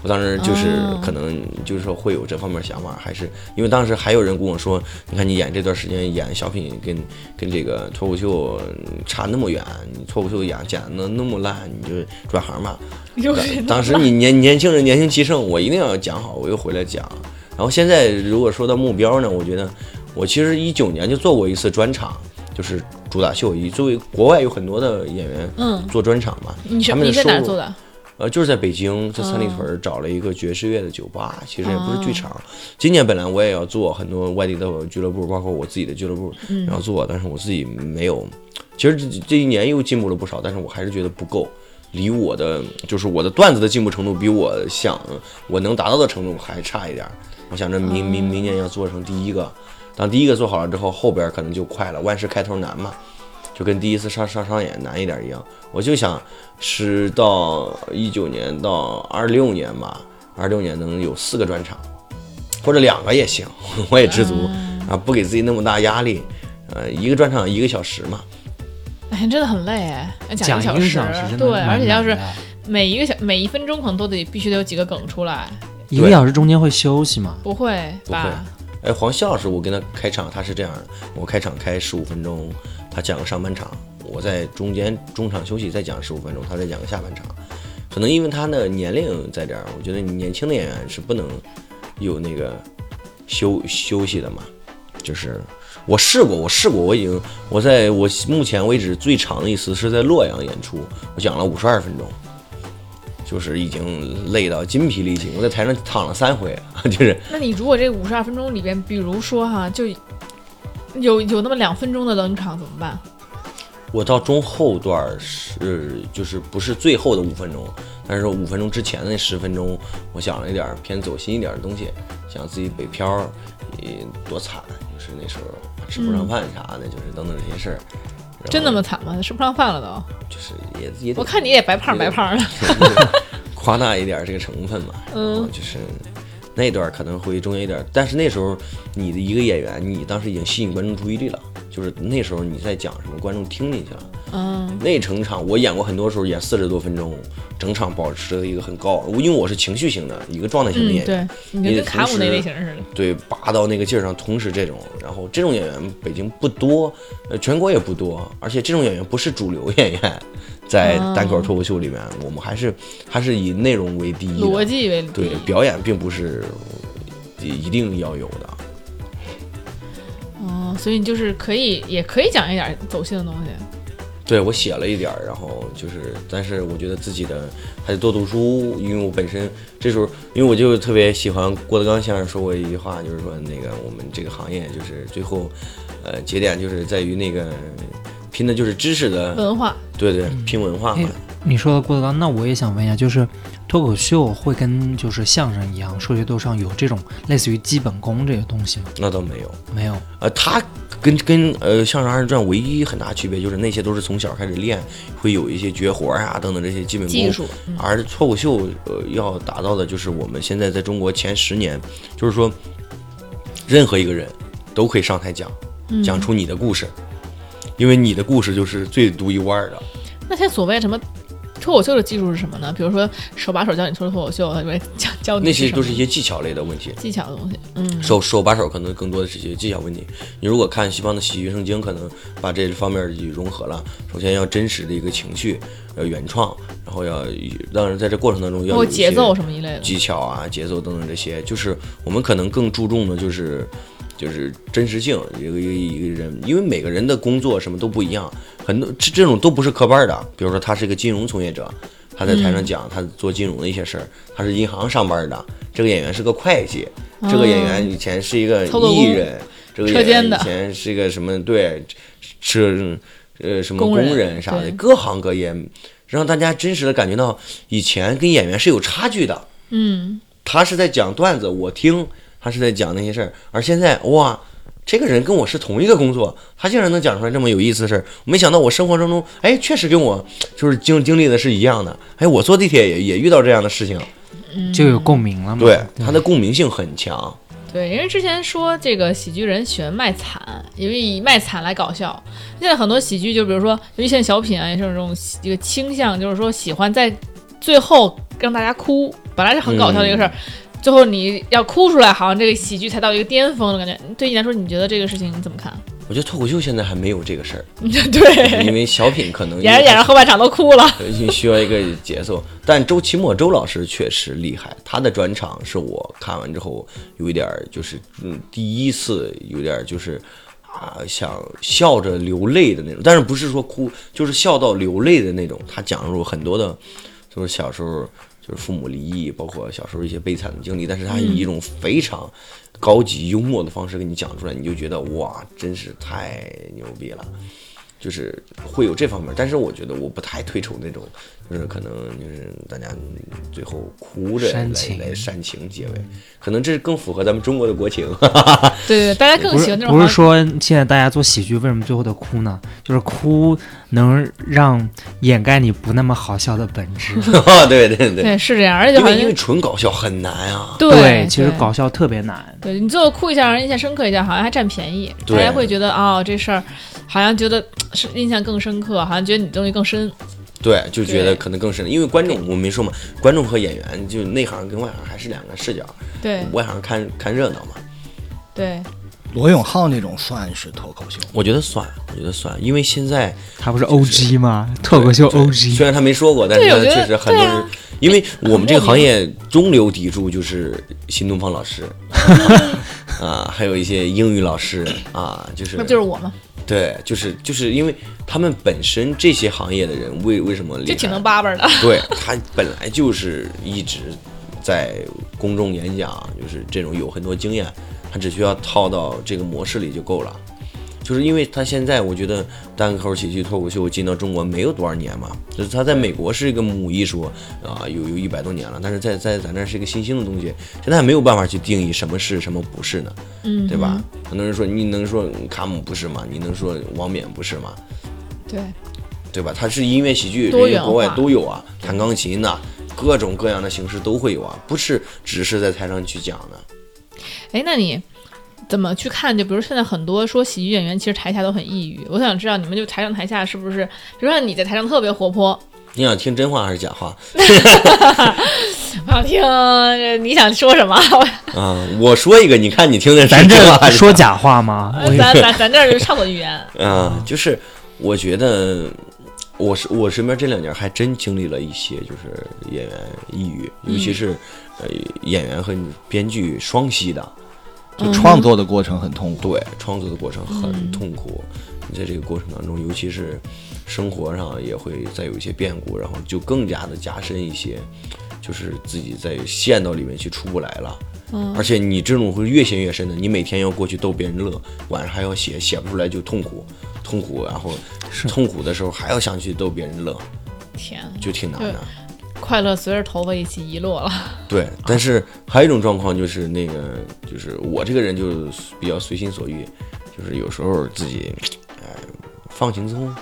S4: 我当时就是
S1: 哦
S4: 可能就是说会有这方面想法，还是因为当时还有人跟我说，你看你演这段时间演小品跟跟这个脱口秀差那么远，你脱口秀演剪的那么烂，你就转行吧。
S1: 就是
S4: 当时你年年轻人年轻气盛，我一定要讲好，我又回来讲。然后现在如果说到目标呢，我觉得我其实一九年就做过一次专场，就是主打秀，以作为国外有很多的演员
S1: 嗯，
S4: 做专场嘛，
S1: 你是
S4: 他们
S1: 你在
S4: 的收
S1: 哪儿
S4: 入
S1: 做的？
S4: 呃，就是在北京，在三里
S1: 哦
S4: 屯儿找了一个爵士乐的酒吧，其实也不是
S1: 哦
S4: 剧场。今年本来我也要做很多外地的俱乐部，包括我自己的俱乐部，
S1: 嗯
S4: 然后做，但是我自己没有。其实这这一年又进步了不少，但是我还是觉得不够，离我的就是我的段子的进步程度比我想我能达到的程度还差一点儿。我想着明明明年要做成第一个，当第一个做好了之后，后边儿可能就快了。万事开头难嘛，就跟第一次上上商演难一点儿一样。我就想是到一九年到二六年吧，二六年能有四个专场，或者两个也行， 我也知足
S1: 嗯
S4: 啊，不给自己那么大压力。呃，一个专场一个小时嘛，
S1: 哎，真的很累哎，要
S3: 讲
S1: 一
S3: 一
S1: 小
S3: 个
S1: 时，
S3: 小时真的
S1: 对，
S3: 蛮
S1: 而且要
S3: 难
S1: 是
S3: 的
S1: 每一个小每一分钟可能都得必须得有几个梗出来，
S3: 一个
S4: 对
S3: 小时中间会休息嘛？
S1: 不会
S4: 不会
S1: 吧？。
S4: 哎，黄西老师，我跟他开场，他是这样的，我开场开十五分钟，他讲个上半场，我在中间中场休息再讲十五分钟，他再讲个下半场。可能因为他的年龄在这儿，我觉得年轻的演员是不能有那个休休息的嘛。就是我试过，我试过，我已经我在我目前为止最长的一次是在洛阳演出，我讲了五十二分钟。就是已经累到筋疲力尽，我在台上躺了 三回，就是
S1: 那你如果这五十二分钟里边，比如说哈，就有有那么两分钟的冷场怎么办？
S4: 我到中后段儿是就是不是最后的五分钟，但是五分钟之前的那十分钟，我想了一点儿偏走心一点儿的东西，想自己北漂儿，呃，多惨，就是那时候吃不上饭啥的，就是等等这些事儿。然后
S1: 真那么惨吗？吃不上饭了都？
S4: 就是也也得
S1: 我看你也白胖
S4: 也
S1: 白
S4: 得
S1: 胖的。
S4: 夸大一点儿这个成分嘛，
S1: 嗯
S4: 然后就是那段儿可能会中间一点儿，但是那时候你的一个演员，你当时已经吸引观众注意力了，就是那时候你在讲什么，观众听进去了。
S1: 嗯，
S4: 那整场我演过很多时候演四十多分钟，整场保持了一个很高，因为我是情绪型的一个状态型的
S1: 嗯，
S4: 演员，
S1: 对，你就
S4: 也
S1: 跟
S4: 同
S1: 卡姆那
S4: 时
S1: 类型似的。
S4: 对拔到那个劲儿上，同时这种，然后这种演员北京不多，呃，全国也不多，而且这种演员不是主流演员，在
S1: 啊
S4: 单口脱口秀里面，我们还是还是以内容为第一的，
S1: 逻辑为
S4: 对表演并不是一定要有的，
S1: 哦，所以你就是可以，也可以讲一点走心的东西。
S4: 对我写了一点儿，然后就是，但是我觉得自己的还得多读书，因为我本身这时候，因为我就特别喜欢郭德纲先生说过一句话，就是说那个我们这个行业就是最后，呃，节点就是在于那个拼的就是知识的，
S1: 文化，
S4: 对对，拼文化
S1: 哎
S4: 嘛，
S3: 你说到郭德纲，那我也想问一下，就是脱口秀会跟就是相声一样，说学逗唱有这种类似于基本功这个东西吗？
S4: 那倒没有。
S3: 没有，
S4: 呃，他跟跟呃相声二人转唯一很大区别就是那些都是从小开始练，会有一些绝活儿啊等等这些基本
S1: 技
S4: 功
S1: 术，
S4: 而脱口秀呃要达到的就是我们现在在中国前十年，就是说任何一个人都可以上台讲，
S1: 嗯
S4: 讲出你的故事，因为你的故事就是最独一无二的。
S1: 那些所谓什么脱口秀的技术是什么呢？比如说手把手教你说脱口秀，里面教教你
S4: 那些
S1: 什
S4: 都
S1: 么
S4: 是一些技巧类的问题，
S1: 技巧的东西。嗯，
S4: 手手把手可能更多的是些技巧问题。你如果看西方的喜剧圣经，可能把这方面儿就融合了。首先要真实的一个情绪，要原创，然后要让人在这过程当中
S1: 包
S4: 要有
S1: 括
S4: 一
S1: 节
S4: 啊些
S1: 奏什么一类的。
S4: 技巧啊、节奏等等这些，就是我们可能更注重的就是就是真实性，一个一个一个人，因为每个人的工作什么都不一样，很多这这种都不是科班的，比如说他是一个金融从业者。他在台上
S1: 嗯
S4: 讲他做金融的一些事儿，他是银行上班的。这个演员是个会计，这个演员以前是一个
S1: 操作工
S4: 艺人，这
S1: 嗯
S4: 个
S1: 车
S4: 演
S1: 间
S4: 员
S1: 的
S4: 以前是一个什么对，是呃什么
S1: 工
S4: 工
S1: 人
S4: 人啥的
S1: 对，
S4: 各行各业，让大家真实的感觉到以前跟演员是有差距的。
S1: 嗯，
S4: 他是在讲段子，我听他是在讲那些事儿，而现在哇，这个人跟我是同一个工作，他竟然能讲出来这么有意思的事儿，我没想到我生活当中，哎，确实跟我就是经经历的是一样的，哎，我坐地铁也也遇到这样的事情，
S1: 嗯
S3: 就有共鸣了嘛？
S4: 对，他的共鸣性很强，
S1: 对，因为之前说这个喜剧人喜欢卖惨，因为以卖惨来搞笑。现在很多喜剧，就比如说尤其现在小品啊，也是有这种喜一个倾向，就是说喜欢在最后让大家哭，本来是很搞笑的一个事儿。
S4: 嗯
S1: 最后你要哭出来，好像这个喜剧才到一个巅峰的感觉。对你来说，你觉得这个事情你怎么看？
S4: 我觉得脱口秀现在还没有这个事儿，因
S1: 对，
S4: 为小品可能
S1: 演着演着后半场都哭了。
S4: 因为需要一个节奏。但周奇墨周老师确实厉害，他的专场是我看完之后有一点儿就是，嗯，第一次有点儿就是。啊，想笑着流泪的那种，但是不是说哭，就是笑到流泪的那种。他讲述很多的，就是小时候就是父母离异，包括小时候一些悲惨的经历，但是
S1: 嗯
S4: 他以一种非常高级幽默的方式给你讲出来，你就觉得哇，真是太牛逼了。就是会有这方面。但是我觉得我不太推崇那种，就是可能就是大家最后哭着来
S3: 煽情
S4: 来煽情结尾，可能这是更符合咱们中国的国情。
S1: 对对对，大家更
S3: 不
S1: 喜
S3: 是
S1: 欢那种
S3: 不
S1: 好像
S3: 是说现在大家做喜剧为什么最后的哭呢？就是哭能让掩盖你不那么好笑的本 质。
S4: 对对对，
S1: 对是这样，而且
S4: 因
S1: 好
S4: 为
S1: 像
S4: 因为纯搞笑很难啊。
S1: 对
S3: 对，其实搞笑特别难。
S1: 对你最后哭一下，让人印象深刻一下，好像还占便宜，大
S4: 对
S1: 家会觉得哦，这事儿好像觉得是印象更深刻，好像觉得你东西更深。
S4: 对，就觉
S1: 对
S4: 得可能更深，因为观众我没说嘛，观众和演员就内行跟外行还是两个视角，
S1: 对
S4: 外行看看热闹嘛。
S1: 对，
S2: 罗永浩那种算是脱口秀，
S4: 我觉得算，我觉得算，因为现在
S3: 他不是 O G 吗？脱口秀
S4: 对
S3: O
S4: 虽
S3: G，
S4: 然他没说过，但是
S1: 对
S4: 他
S1: 我觉得
S4: 确实很多
S1: 对
S4: 人，
S1: 啊
S4: 因为我们这个行业中流砥柱就是新东方 老师啊，还有一些英语老师啊，就是
S1: 那不就是我吗？
S4: 对，就是就是因为他们本身这些行业的人为为什么厉
S1: 就
S4: 害
S1: 挺能叭叭的。
S4: 对他本来就是一直在公众演讲，就是这种有很多经验，他只需要套到这个模式里就够了。就是因为他现在，我觉得单口喜剧、脱口秀进到中国没有多少年嘛，就是他在美国是一个母艺术啊、有有一百多年了，但是在在咱这儿是一个新兴的东西，现在还没有办法去定义什么是什么不是呢，
S1: 嗯，
S4: 对吧？？很多人说你能说卡姆不是吗？你能说王冕不是吗？
S1: 对，
S4: 对吧？它是音乐、喜剧，
S1: 多
S4: 人
S1: 元
S4: 家
S1: 化
S4: 国外都有啊，弹钢琴呐、各种各样的形式都会有啊，不是只是在台上去讲的。
S1: 哎，那你怎么去看？就比如现在很多说喜剧演员，其实台下都很抑郁。我想知道你们就台上台下是不是？比如说你在台上特别活泼，
S4: 你想听真话还是假话
S1: 我想听呃你想说什么？
S4: 啊？我说一个，你看你听的是
S3: 咱
S4: 真话还
S3: 这
S4: 是
S3: 说
S4: 假
S3: 假话吗？ 我
S1: 咱咱咱这儿就畅所欲言。
S4: 话啊？就是我觉得，我是我身边这两年还真经历了一些，就是演员抑郁，尤其是、呃演员和编剧双栖的，
S1: 嗯
S2: 就创作的过程很痛苦。
S4: 对创作的过程很痛苦，你在这个过程当中，尤其是生活上也会再有一些变故，然后就更加的加深一些，就是自己在陷到里面去出不来了。
S1: 嗯
S4: 而且你这种会越陷越深的，你每天要过去逗别人乐，晚上还要写，写不出来就痛苦，痛苦，然后痛苦的时候还要想去逗别人乐，
S1: 天，啊
S4: 就挺难的。
S1: 快乐随着头发一起遗落了。
S4: 对，但是还有一种状况就是那个，就是我这个人就比较随心所欲，就是有时候自己，哎、放轻松，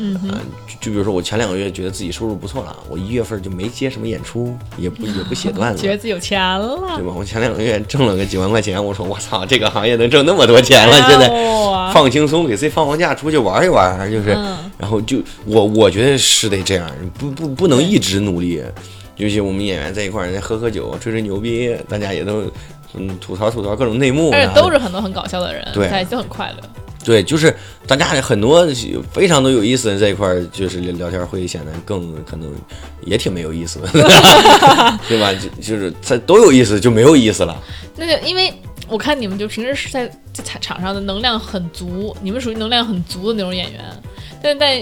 S1: 嗯
S4: 嗯、
S1: 哼，
S4: 就就比如说我前两个月觉得自己收入不错了，我一月份就没接什么演出，也不也不写段 子
S1: 觉，得自己有钱了
S4: 对。吧？我前两个月挣了个几万块钱，我说我操，这个行业能挣那么多钱
S1: 哎
S4: 了，哎现在
S1: 哇
S4: 放轻松，给自己放放假，出去玩一玩，就是，
S1: 啊嗯
S4: 然后就我我觉得是得这样，不不不能一直努力，尤其我们演员在一块儿，人家喝喝酒，吹吹牛逼，大家也都嗯吐槽吐槽各种内幕，
S1: 而
S4: 然
S1: 且
S4: 后
S1: 哎都是很多很搞笑的人，
S4: 对啊
S1: 在一起都很快乐。
S4: 对，就是大家很多非常都有意思的在一块儿，就是聊聊天会显得更可能也挺没有 意思的，对吧？就就是它都有意思就没有意思了，
S1: 那就因为我看你们就平时是在在场场上的能量很足，你们属于能量很足的那种演员，但是在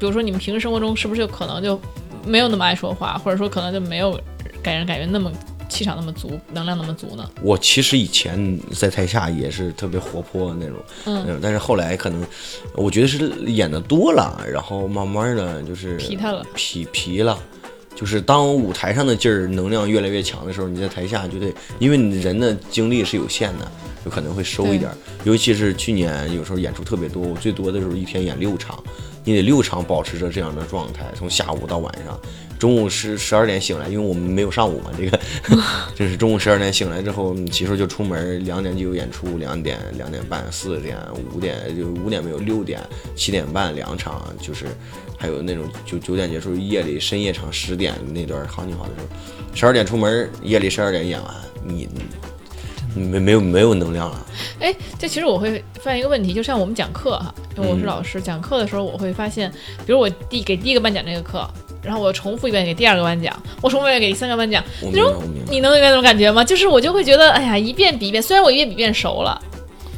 S1: 比如说你们平时生活中是不是就可能就没有那么爱说话，或者说可能就没有给人感觉那么气场那么足，能量那么足呢？
S4: 我其实以前在台下也是特别活泼那种，
S1: 嗯
S4: 那种，但是后来可能我觉得是演的多了，然后慢慢的就是
S1: 疲态了
S4: 疲疲了。就是当舞台上的劲儿能量越来越强的时候，你在台下就得，因为你人的精力是有限的，有可能会收一点儿。尤其是去年有时候演出特别多，我最多的时候一天演六场，你得六场保持着这样的状态，从下午到晚上，中午十十二点醒来，因为我们没有上午嘛，这个就是中午十二点醒来之后，你骑手就出门，两点就有演出，两点、两点半、四点、五点就五点没有，六点、七点半两场，就是还有那种就九点结束，夜里深夜场十点那段行情好的时候，十二点出门，夜里十二点演完，你你没没有没有能量了，
S1: 哎，这其实我会发现一个问题，就像我们讲课哈，
S4: 嗯
S1: 因为我是老师，讲课的时候我会发现，比如我第给第一个班讲这个课，然后我重复一遍给第二个班讲，我重复一遍给第三个班讲，
S4: 我
S1: 这
S4: 明白
S1: 种
S4: 我明白
S1: 你，能明白那种感觉吗？就是我就会觉得，哎呀，一遍比一遍，虽然我一遍比一遍熟了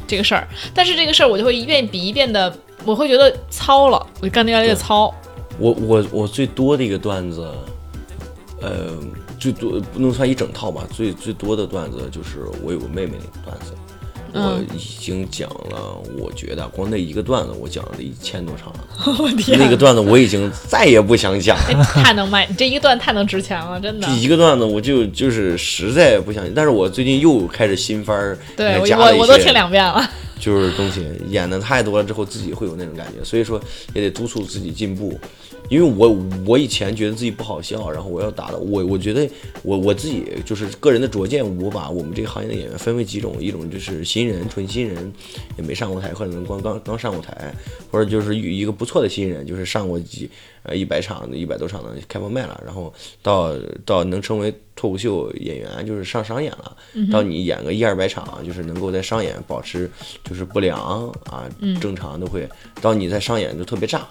S1: 这个事儿，但是这个事儿我就会一遍比一遍的，我会觉得糙了，我就干得越来 越糙。
S4: 我我我最多的一个段子，呃，最多不能算一整套吧，最最多的段子就是我有个妹妹那个段子，
S1: 嗯
S4: 我已经讲了，我觉得光那一个段子我讲了一千多场了，
S1: 我天，
S4: 那个段子我已经再也不想讲了。
S1: 哎 太能卖，你这一段太能值钱了，真的
S4: 这。一个段子我就就是实在不想，但是我最近又开始新番儿，
S1: 对我
S4: 加了一
S1: 我
S4: 些
S1: 我都听两遍 了，
S4: 就是东西演的太多了之后，自己会有那种感觉，所以说也得督促自己进步。因为我我以前觉得自己不好笑，然后我要达到我我觉得我我自己就是个人的拙见，我把我们这个行业的演员分为几种，一种就是新人，纯新人，也没上过台，可能刚刚刚上过台，或者就是一一个不错的新人，就是上过几呃一百场的一百多场的开放麦了，然后到到能成为脱口秀演员，就是上商演了，到你演个一二百场，就是能够在商演保持就是不良啊，正常都会，到你在商演就特别炸。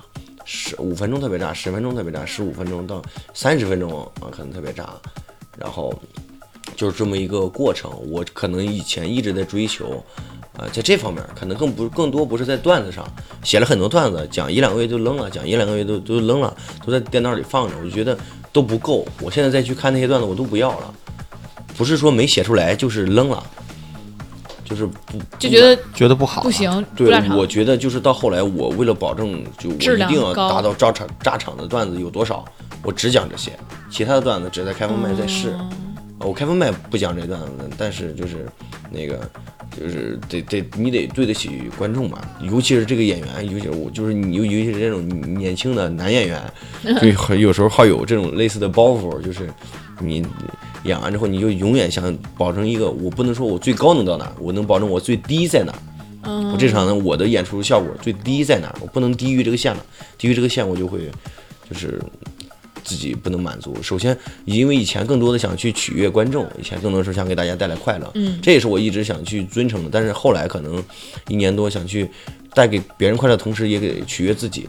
S4: 十五分钟特别炸，十分钟特别炸，十五分钟到三十分钟啊，可能特别炸，然后就是这么一个过程。我可能以前一直在追求，啊、在这方面可能更不更多不是在段子上，写了很多段子，讲一两个月就扔了，讲一两个月都都扔了，都在电脑里放着，我觉得都不够。我现在再去看那些段子，我都不要了，不是说没写出来，就是扔了，就是不
S1: 就觉得
S2: 觉得不好、啊
S1: 不。行，不
S4: 对
S1: 大，场
S4: 我。觉得就是到后来，我为了保证，就我
S1: 质
S4: 一
S1: 量
S4: 定要
S1: 高
S4: 达到炸场炸场的段子有多少，我只讲这些，其他的段子只在开放麦在试。
S1: 哦
S4: 我开放麦不讲这段子，但是就是那个，就是得得你得对得起观众吧，尤其是这个演员，尤其是我就是你，尤其是这种年轻的男演员，就有有时候好有这种类似的包袱，就是你演完之后，你就永远想保证一个，我不能说我最高能到哪儿，我能保证我最低在哪儿。
S1: 嗯
S4: 我这场呢，我的演出效果最低在哪儿？我不能低于这个线了，低于这个线我就会就是自己不能满足。首先，因为以前更多的想去取悦观众，以前更多的是想给大家带来快乐，
S1: 嗯
S4: 这也是我一直想去遵承的。但是后来可能一年多想去带给别人快乐，同时也给取悦自己，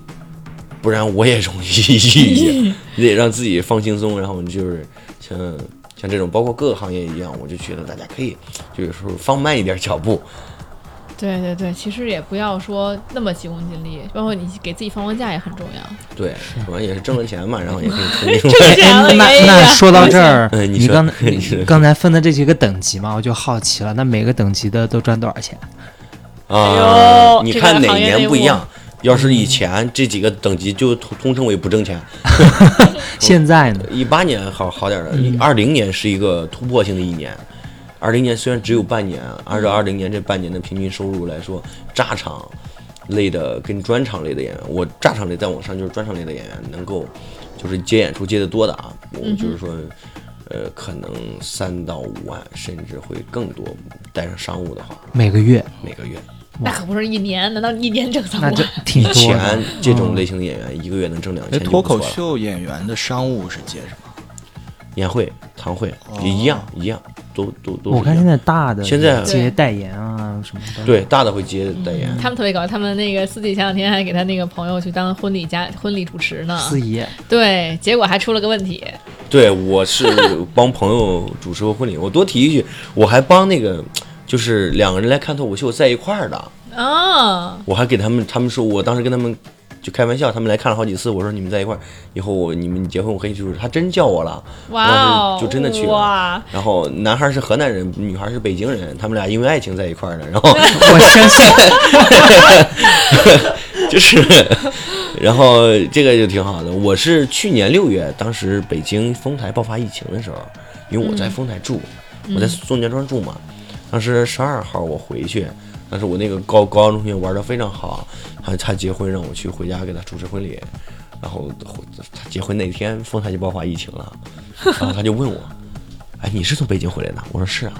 S4: 不然我也容易抑郁。你得让自己放轻松，然后你就是像像这种，包括各个行业一样，我就觉得大家可以就是说放慢一点脚步，
S1: 对对对，其实也不要说那么急功近利，包括你给自己放放假也很 重要。
S4: 对，主要也是挣了钱 嘛，然后也可以出去
S1: 挣
S3: 哎，
S1: 钱了
S3: 那
S1: 可以
S3: 那
S1: 啊
S3: 说到这儿，
S4: 哎你
S3: 你
S4: 说
S3: 刚才
S4: 你说
S3: 你刚才分的这几个等级嘛，我就好奇了，那每个等级的都赚多少钱？
S1: 哎呦
S4: 啊。你
S1: 这
S4: 看
S1: 个
S4: 哪
S1: 行业内
S4: 年不一
S1: 幕
S4: 样？要是以前这几个等级就通通称为不挣钱，
S3: 现在呢？
S4: 一八年好好点儿了，
S1: 嗯
S4: 二零年是一个突破性的一年。二零年虽然只有半年，按照二零年这半年的平均收入来说，炸场类的跟专场类的演员，我炸场类再往上就是专场类的演员，能够就是接演出接的多的啊，我就是说，
S1: 嗯
S4: 呃，可能三到五万甚至会更多，带上商务的话，
S3: 每个月，
S4: 每个月。
S1: 那可不是一年，难道你一年挣三
S3: 那
S1: 万？
S3: 这挺
S4: 以
S3: 多的
S4: 前。这种类型的演员一个月能挣两
S2: 哎，
S4: 千，
S2: 脱口秀演员的商务是接什么？
S4: 宴会、堂会也一样一样，都都都是一样。
S3: 我看现在大的
S4: 现在
S3: 接代言啊什么的，，
S4: 对大的会接代言，
S1: 他们特别搞笑，他们那个司机前两天还给他那个朋友去当婚礼家婚礼主持呢，
S3: 司仪
S1: 对，结果还出了个问题，
S4: 对我是帮朋友主持过婚礼。我多提一句，我还帮那个就是两个人来看脱口秀在一块儿的，
S1: 啊，
S4: 我还给他们他们说，我当时跟他们。就开玩笑，他们来看了好几次。我说你们在一块儿，以后我你们结婚我可以去主持。他真叫我了，
S1: 哇
S4: 当
S1: 哦，
S4: 时就真的去了。
S1: 哇，
S4: 然后男孩是河南人，女孩是北京人，他们俩因为爱情在一块儿的。然 后
S3: 我相信
S4: 就是， 然后这个就挺好的。我是去年六月，当时北京丰台爆发疫情的时候，因为我在丰台住，我在宋家庄住嘛。当时十二号我回去，当时我那个高高中同学玩的非常好，他他结婚让我去回家给他主持婚礼，然后他结婚那天丰台就爆发疫情了，然后他就问我， 哎，你是从北京回来的？我说是啊，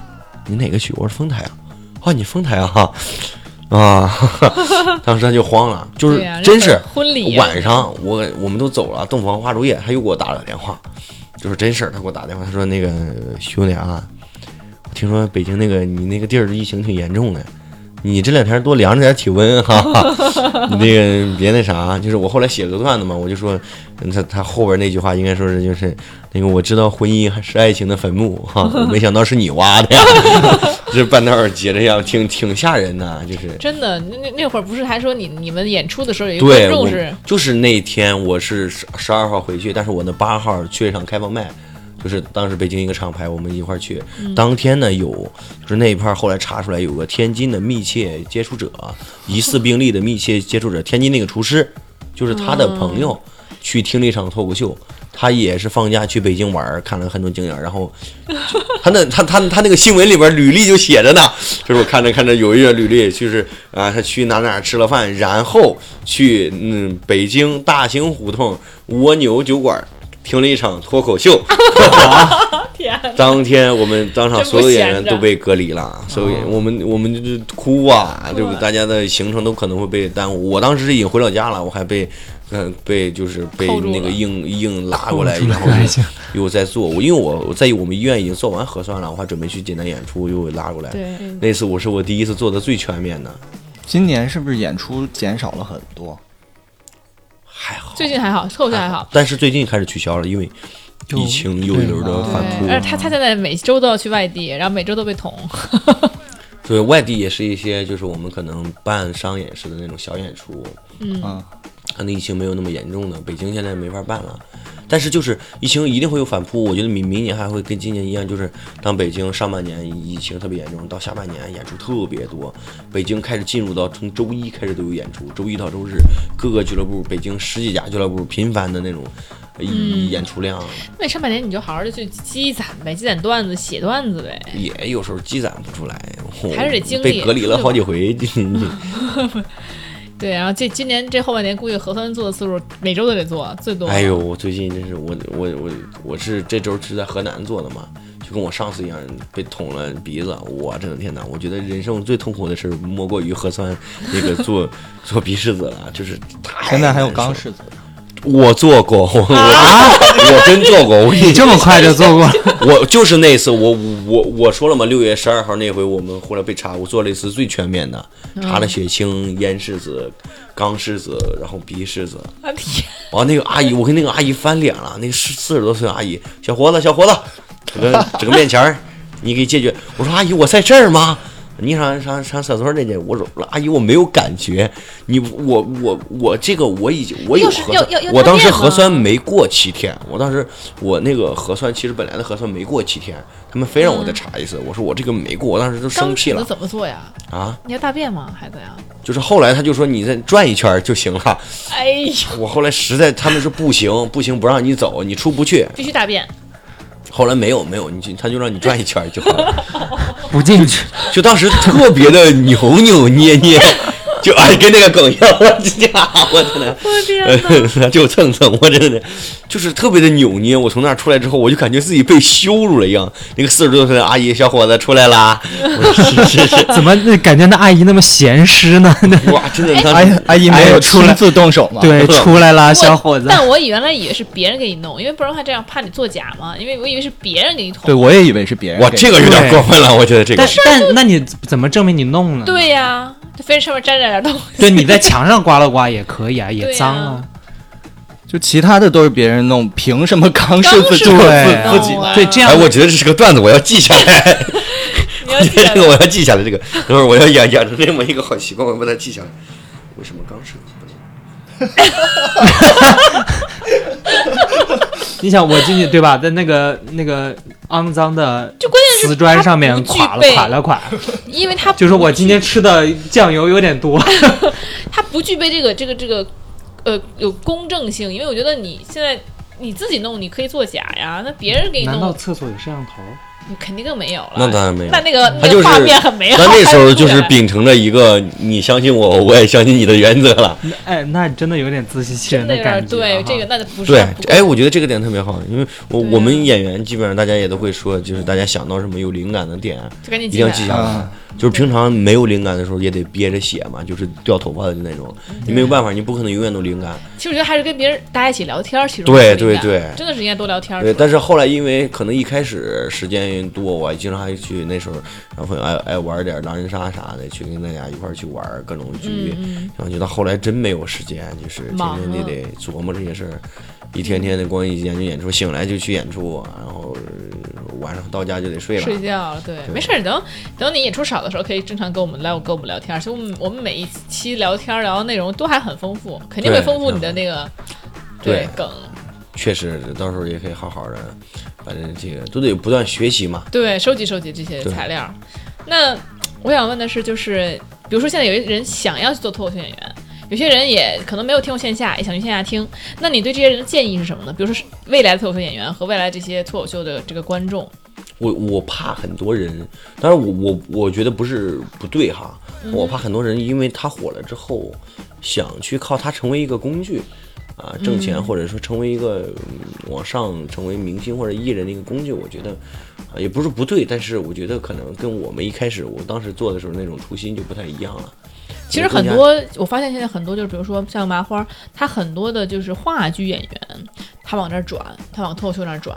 S4: 你哪个区？我说丰台啊，啊，你丰台啊，啊， 当时他就慌了，就是
S1: 对呀啊
S4: 真是
S1: 日本婚礼
S4: 晚上我我们都走了，洞房花烛夜，他又给我打了电话，就是真事儿，他给我打电话，他说那个兄弟啊，我听说北京那个你那个地儿疫情挺严重的。你这两天多量着点体温哈、哈，你那个别那啥，就是我后来写了个段子嘛，我就说，嗯他他后边那句话应该说是就是那个我知道婚姻还是爱情的坟墓哈、我没想到是你挖的呀， 这半道儿截着呀，挺挺吓人的，啊就是
S1: 真的，那那那会儿不是还说你你们演出的时候有一个观
S4: 对，
S1: 众
S4: 我
S1: 是
S4: 就是那天我是十十二号回去，但是我那八号去了一场开放麦，就是当时北京一个厂牌，我们一块儿去。
S1: 嗯
S4: 当天呢有，就是那一块儿后来查出来有个天津的密切接触者，疑似病例的密切接触者，天津那个厨师就是他
S1: 嗯
S4: 的朋友去听了一场脱口秀。他也是放假去北京玩儿，看了很多景点儿，然后 他那他他他那个新闻里边儿履历就写着呢，就是我看着看着有一个履历，就是啊，他去哪哪儿吃了饭，然后去嗯北京大兴胡同蜗牛酒馆儿听了一场脱口秀。
S1: 天，啊
S4: 当天我们当场
S1: 真不
S4: 所有演员
S1: 闲着哦
S4: 都被隔离了，所有演员我们我们就是哭啊，
S1: 哭
S4: 就
S1: 啊
S4: 是大家的行程都可能会被耽误。我当时已经回老家了，我还被。嗯，被就是被
S1: 扣住
S4: 那个
S1: 了
S4: 硬硬拉过来，
S3: 扣住
S4: 然
S3: 了
S4: 后又又在做。我因为我我在我们医院已经做完核酸了，我还准备去济南演出，又拉过来。
S1: 对，
S4: 那次我是我第一次做的最全面的，
S2: 今年是不是演出减少了很多？
S4: 还好。啊
S1: 最近还好，凑合还好。
S4: 但是最近开始取消了，因为
S3: 就
S4: 疫情又一轮的
S2: 对
S4: 反
S1: 对，
S4: 扑。
S1: 而且他他现在每周都要去外地，然后每周都被 捅。
S4: 对外地也是一些，就是我们可能办商演式的那种小演出，
S1: 嗯，
S2: 嗯，
S4: 可能疫情没有那么严重的，北京现在没法办了。但是就是疫情一定会有反扑，我觉得明明年还会跟今年一样，就是当北京上半年疫情特别严重，到下半年演出特别多，北京开始进入到从周一开始都有演出，周一到周日各个俱乐部，北京十几家俱乐部频繁的那种呃
S1: 嗯
S4: 演出量，
S1: 那上半年你就好好的去积攒呗，积攒段子，写段子呗。
S4: 也有时候积攒不出来，
S1: 还是得经历
S4: 被隔离了好 几回，
S1: 对，然后这今年这后半年估计核酸做的次数每周都得做，最多。
S4: 哎呦，，我最近真是我我我我是这周是在河南做的嘛，就跟我上次一样被捅了鼻子。我真的天哪，我觉得人生最痛苦的事儿莫过于核酸那个做 做鼻拭子了，就是
S1: 哎
S4: 太
S2: 现在还有
S4: 难受
S2: 钢
S4: 了。
S2: 拭子，
S4: 我做过，我我、我真做过，我跟你
S3: 你这么快就做过？
S4: 我就是那次，我我我说了嘛，六月十二号那回我们后来被查，我做了一次最全面的，查了血清、咽拭子、肛拭子，然后鼻拭子。
S1: 啊天，
S4: 完、那个阿姨，我跟那个阿姨翻脸了，那四四十多岁的阿姨，小伙子，小伙子，整个整个面前儿，你给解决。我说阿姨，我在这儿吗？你上上上厕所那去？我说阿姨，我没有感觉。你我我我这个我已经我有
S1: 又是
S4: 核
S1: 又
S4: 酸
S1: 又又，
S4: 我当时
S1: 大便吗
S4: 核酸没过七天，我当时我那个核酸其实本来的核酸没过七天，他们非让我再查一次。我说我这个没过，我当时都
S1: 嗯刚
S4: 生气
S1: 尺
S4: 了
S1: 子怎么做呀？
S4: 啊！
S1: 你要大便吗，孩子呀？
S4: 就是后来他就说你再转一圈儿就行了。
S1: 哎呦，
S4: 我后来实在他们说不行不行，不让你走，你出不去。
S1: 必须大便。
S4: 后来没有没有，你就他就让你转一圈儿就好了，
S3: 不进 去，
S4: 就当时特别的扭扭捏捏，就哎跟那个梗一样， 我这家伙真的。
S1: 我天 哪！
S4: 呃，就蹭蹭，我真的就是特别的扭捏。我从那儿出来之后，我就感觉自己被羞辱了一样。那个四十多岁的阿姨小伙子出来啦，我说是是是，
S3: 怎么那感觉那阿姨那么闲适呢？
S4: 哇，真的，你
S2: 阿
S4: 看
S2: 姨阿姨没有亲自动手吗？，
S3: 对，出来啦，小伙子。
S1: 但我以原来以为是别人给你弄，因为不然的话这样怕你作假嘛。因为我以为是别人给你捅
S2: 对。我也以为是别人给。
S4: 哇，这个有点过分了，我觉得这个
S3: 但。但那你怎么证明你弄了？，
S1: 对呀，就非上面沾点东西。
S3: 对，你在墙上刮了刮也可以啊，也
S1: 对呀
S3: 脏啊。
S2: 就其他的都是别人弄，凭什么钢拭子就
S1: 钢
S3: 对
S2: 自
S1: 自
S2: 自己
S1: 己弄啊
S2: 来？
S3: 对，这样
S4: 哎，我觉得这是个段子，我要记下来。
S1: 你要记
S4: 这个
S1: 得
S4: 我要记下来，这 个等会儿我要养养成这么一个好习惯，我要把它记下来。为什么刚设计不能？
S3: 你想我进去对吧，在那个那个肮脏的
S1: 就关键是
S3: 瓷砖
S1: 它
S3: 上面
S1: 不具
S3: 垮了
S1: 备
S3: 垮了垮，
S1: 因为他
S3: 就是我今天吃的酱油有点多。
S1: 它不具备这个这个这个呃有公正性，因为我觉得你现在你自己弄你可以作假呀，那别人给你
S3: 难道
S1: 弄
S3: 厕所有摄像头？
S1: 你肯定更没有了。
S4: 那当然没有
S1: 那那个
S4: 他
S1: 那
S4: 就
S1: 个
S4: 是
S1: 画面很美好。
S4: 咱那时候就
S1: 还
S4: 是
S1: 出来
S4: 秉承着一个你相信我，我也相信你的原则了。
S3: 哎，那真的有点自欺欺人
S1: 真的有
S3: 感
S1: 点
S3: 觉。啊
S1: 对
S3: 哈
S1: 这个，那就不是
S4: 对
S1: 它不，够
S4: 哎，我觉得这个点特别好，因为我
S1: 对啊
S4: 我们演员基本上大家也都会说，就是大家想到什么有灵感的点，
S1: 就赶紧
S4: 一
S1: 记
S4: 定要
S1: 下
S4: 记
S1: 来
S4: 下来
S2: 啊。
S4: 就是平常没有灵感的时候，也得憋着写嘛，就是掉头发的那种。
S1: 嗯
S4: 你没有办法，你不可能永远都灵感。
S1: 其实我觉得还是跟别人大家一起聊天儿，其实
S4: 对
S1: 更灵感
S4: 对对
S1: 真的是应该多聊天儿。
S4: 对，但是后来因为可能一开始时间多，我经常还去那时候，然后爱爱玩点狼人杀啥的，去跟大家一块儿去玩各种局，
S1: 嗯
S4: 然后就到后来真没有时间，就是天
S1: 忙
S4: 天
S1: 了
S4: 得得琢磨这些事儿，一天天的光一研究演出，醒来就去演出，啊然后呃晚上到家就得睡了。
S1: 睡觉了，对，没事儿。等等你演出少的时候，可以正常跟我们来，我跟我们聊天儿。其实我们我们每一期聊天儿聊的内容都还很丰富，肯定会
S4: 对
S1: 丰富
S4: 嗯
S1: 你的那个
S4: 对
S1: 梗。
S4: 确实到时候也可以好好的，反正这个都得不断学习嘛。
S1: 对，收集收集这些
S4: 对
S1: 材料。那我想问的是，就是比如说现在有些人想要去做脱口秀演员，有些人也可能没有听过线下，也想去线下听。那你对这些人的建议是什么呢？比如说是未来的脱口秀演员和未来这些脱口秀的这个观众，
S4: 我我怕很多人，当然我我我觉得不是不对哈，我怕很多人因为他火了之后，想去靠他成为一个工具，啊，挣钱或者说成为一个、嗯往上成为明星或者艺人的一个工具，我觉得、啊也不是不对，但是我觉得可能跟我们一开始我当时做的时候那种初心就不太一样了。
S1: 其实
S4: 我更
S1: 很
S4: 加
S1: 多，我发现现在很多就是，比如说像麻花，他很多的就是话剧演员，他往这儿转，他往脱口秀那儿转。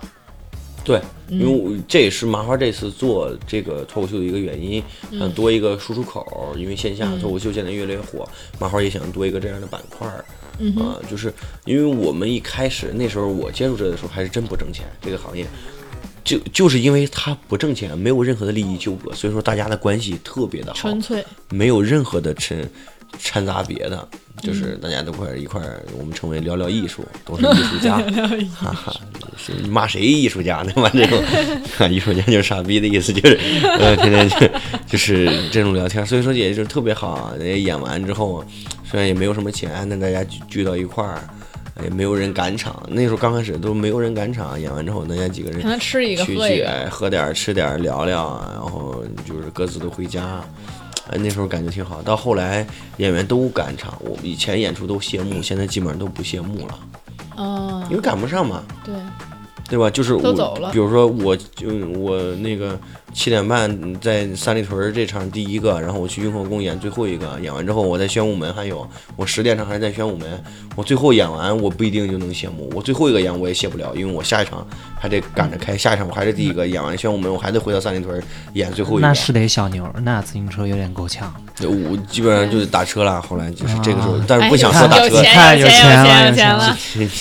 S4: 对，
S1: 嗯
S4: 因为我这也是麻花这次做这个脱口秀的一个原因，
S1: 嗯
S4: 想多一个输出口儿，因为线下脱口秀现在越来越火，麻花也想多一个这样的板块儿。
S1: 嗯哼，
S4: 啊，就是因为我们一开始那时候我接触这的时候还是真不挣钱，这个行业，就就是因为它不挣钱，没有任何的利益纠葛，所以说大家的关系特别的好
S1: 纯，粹，
S4: 没有任何的掺掺杂别的，就是
S1: 嗯
S4: 大家都块儿一块儿，我们称为聊聊艺术，都是艺 术家，哈哈，是 骂谁艺术家呢？骂这种 啊艺术家就是傻逼的意思，就是 呃，天天就就是这种聊天，所以说也就特别好啊。人家演完之后，虽然也没有什么钱，但大家聚聚到一块儿，也没有人赶场。那时候刚开始都没有人赶场，演完之后大家几个人
S1: 让他吃一个
S4: 去
S1: 喝一
S4: 去
S1: 个。
S4: 哎喝点儿吃点儿聊聊啊，然后就是各自都回家。哎，那时候感觉挺好。到后来演员都赶场，我以前演出都谢幕，现在基本上都不谢幕了，
S1: 嗯
S4: 因，为赶不上嘛。
S1: 对，
S4: 对吧？就是
S1: 都
S4: 我，
S1: 走了
S4: 比如说我，就我那个七点半在三里屯儿这场第一个，然后我去雍和宫演最后一个，演完之后我在宣武门还有，我十点场还在宣武门，我最后演完我不一定就能谢幕，我最后一个演我也谢不了，因为我下一场还得赶着开，下一场我还是第一个，演完宣武门我还得回到三里屯儿演最后一个
S3: 那，是得小牛，那自行车有点够呛。
S4: 我基本上就是打车了。后来就是这个时候
S3: 啊，
S4: 但是不想
S1: 哎
S4: 说打
S1: 有
S4: 车，
S1: 钱，
S3: 看
S1: 有
S3: 有
S1: 钱，
S3: 钱了
S1: 钱，
S3: 有
S1: 钱
S3: 钱
S1: 了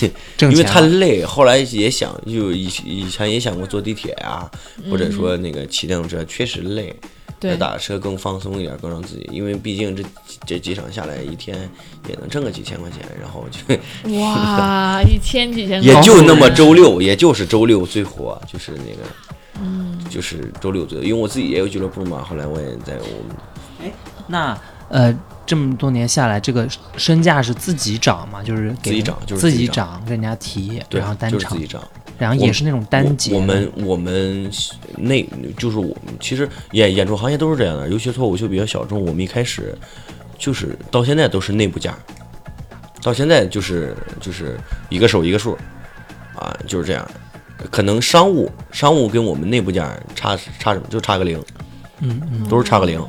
S3: 了。 挣
S4: 因为
S3: 钱
S4: 太
S3: 了
S4: 累，后来也想，就以以前也想过坐地铁呀、或
S3: 嗯
S4: 者说那个骑电动车，确实累。
S1: 对
S4: 打车更放松一点，更让自己，因为毕竟这这几场下来，一天也能挣个几千块钱，然后 就
S1: 哇，一千几千，
S4: 也就那么周六，也就是周六最火，就是那个，嗯，就是周六最，因为我自己也有俱乐部嘛，后来我也在我们
S3: 那呃，这么多年下来，这个身价是自己涨嘛？就是给
S4: 自己
S3: 人
S4: 涨就是
S3: 自
S4: 自己
S3: 己
S4: 涨
S3: 涨，跟人家提，
S4: 对
S3: 然后，单
S4: 就是自
S3: 场
S4: 己，涨。
S3: 然后
S4: 我
S3: 也是那种单节
S4: 我。我们我们那就是我们其实演演出行业都是这样的，尤其脱口秀比较小众。我们一开始就是到现在都是内部价，到现在就是就是一个手一个数，啊，就是这样的。可能商务商务跟我们内部价差差什么，就差个零，
S3: 嗯嗯，
S4: 都是差个零，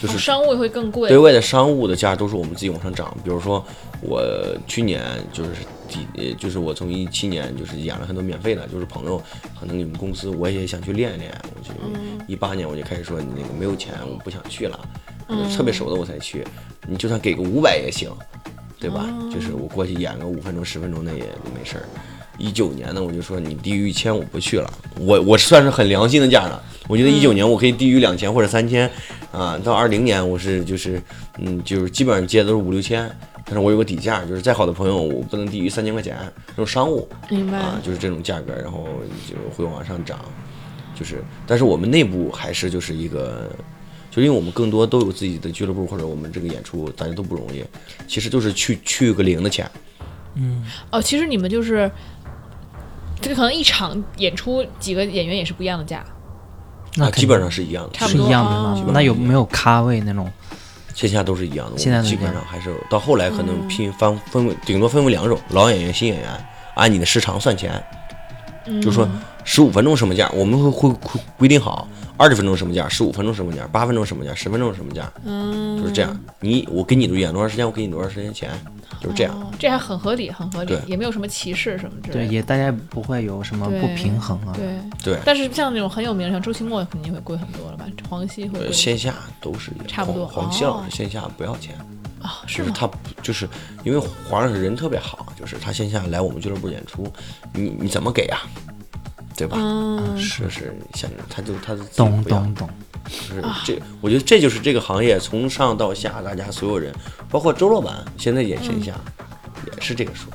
S4: 就是
S1: 商务会更贵。
S4: 对外的商务的价都是我们自己往上涨。比如说，我去年就是第，呃就是我从一七年就是演了很多免费的，就是朋友可能你们公司我也想去练一练。我就一八年我就开始说你那个没有钱我不想去了，特别熟的我才去，你就算给个五百也行，对吧？就是我过去演个五分钟十分钟那也没事儿。一九年呢，我就说你低于一千我不去了，我我算是很良心的价了。我觉得一九年我可以低于两千或者三千，啊，到二零年我是就是嗯，就是基本上接的都是五六千，但是我有个底价，就是再好的朋友我不能低于三千块钱，这种商务
S1: 嗯明白
S4: 啊，就是这种价格，然后就会往上涨，就是，但是我们内部还是就是一个。就因为我们更多都有自己的俱乐部或者我们这个演出，大家都不容易，其实就是去去个零的钱，
S3: 嗯
S1: 哦，其实你们就是，这个可能一场演出几个演员也是不一样的价。
S3: 那
S4: 啊
S3: 肯定
S4: 基本上是一样的，
S1: 差不
S3: 是
S1: 多
S3: 一样的
S1: 啊
S3: 嘛
S1: 基本？
S4: 上
S3: 那有
S4: 是一样
S3: 没有咖位那种？
S4: 线下都是一样的，我
S3: 线下
S4: 们
S3: 都一
S4: 基
S3: 样
S4: 本上还是到后来可能拼分分为顶多分为两种，老演员、新演员，按你的时长算钱，
S1: 嗯
S4: 就说十五分钟什么价，我们会会会规定好，二十分钟什么价，十五分钟什么价，八分钟什么价，十分钟什么价，
S1: 嗯，
S4: 就是这样。你我给你演多长时间，我给你多长时间钱，就是这样。
S1: 哦，这还很合理，很合理
S4: 对，
S1: 也没有什么歧视什么之
S3: 对，
S1: 类的。
S3: 也大家不会有什么不
S1: 对
S3: 平衡啊。
S1: 对，
S4: 对，
S1: 但是像那种很有名的，像周奇墨肯定会贵很多了吧？黄西会
S4: 呃，
S1: 贵
S4: 线下都是一样
S1: 差不多
S4: 黄黄西老
S1: 哦
S4: 师线下不要钱，
S1: 啊，是
S4: 就是
S1: 吗？
S4: 他不就是因为黄老师人特别好，就是他线下来我们俱乐部演出，你你怎么给呀、对吧？
S1: 嗯，
S4: 就是想他就他就自己
S3: 懂
S4: 不要
S3: 懂懂，
S4: 就是这，我觉得这就是这个行业从上
S1: 嗯
S4: 到下，大家所有人，包括周老板，现在也线下、也是这个数，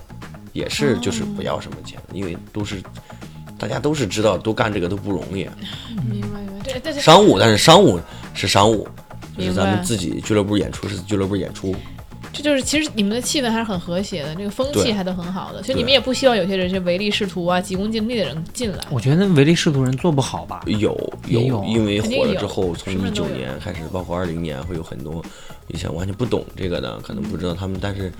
S4: 也是就是不要什么钱，因为都是大家都是知道都干这个都不容 易，
S1: 明白明白，对，但是
S4: 商务，但是商务是商务，就是
S1: 明
S4: 咱
S1: 白
S4: 们，自己俱乐部演出是俱乐部演出，
S1: 这就是其实你们的气氛还是很和谐的，这个风气
S4: 对
S1: 还都很好的，所以你
S4: 对
S1: 们也不希望有些人是唯利是图啊、急功近利的人进来。
S3: 我觉得唯利是图人做不好吧，
S4: 有
S3: 也有
S4: 因为
S1: 肯定
S4: 火了
S1: 有
S4: 之后，从
S1: 什么
S4: 一
S1: 人都
S4: 九
S1: 有
S4: 年开始，包括二零年，会有很多以前完全不懂这个的，可能不知道他们，但是。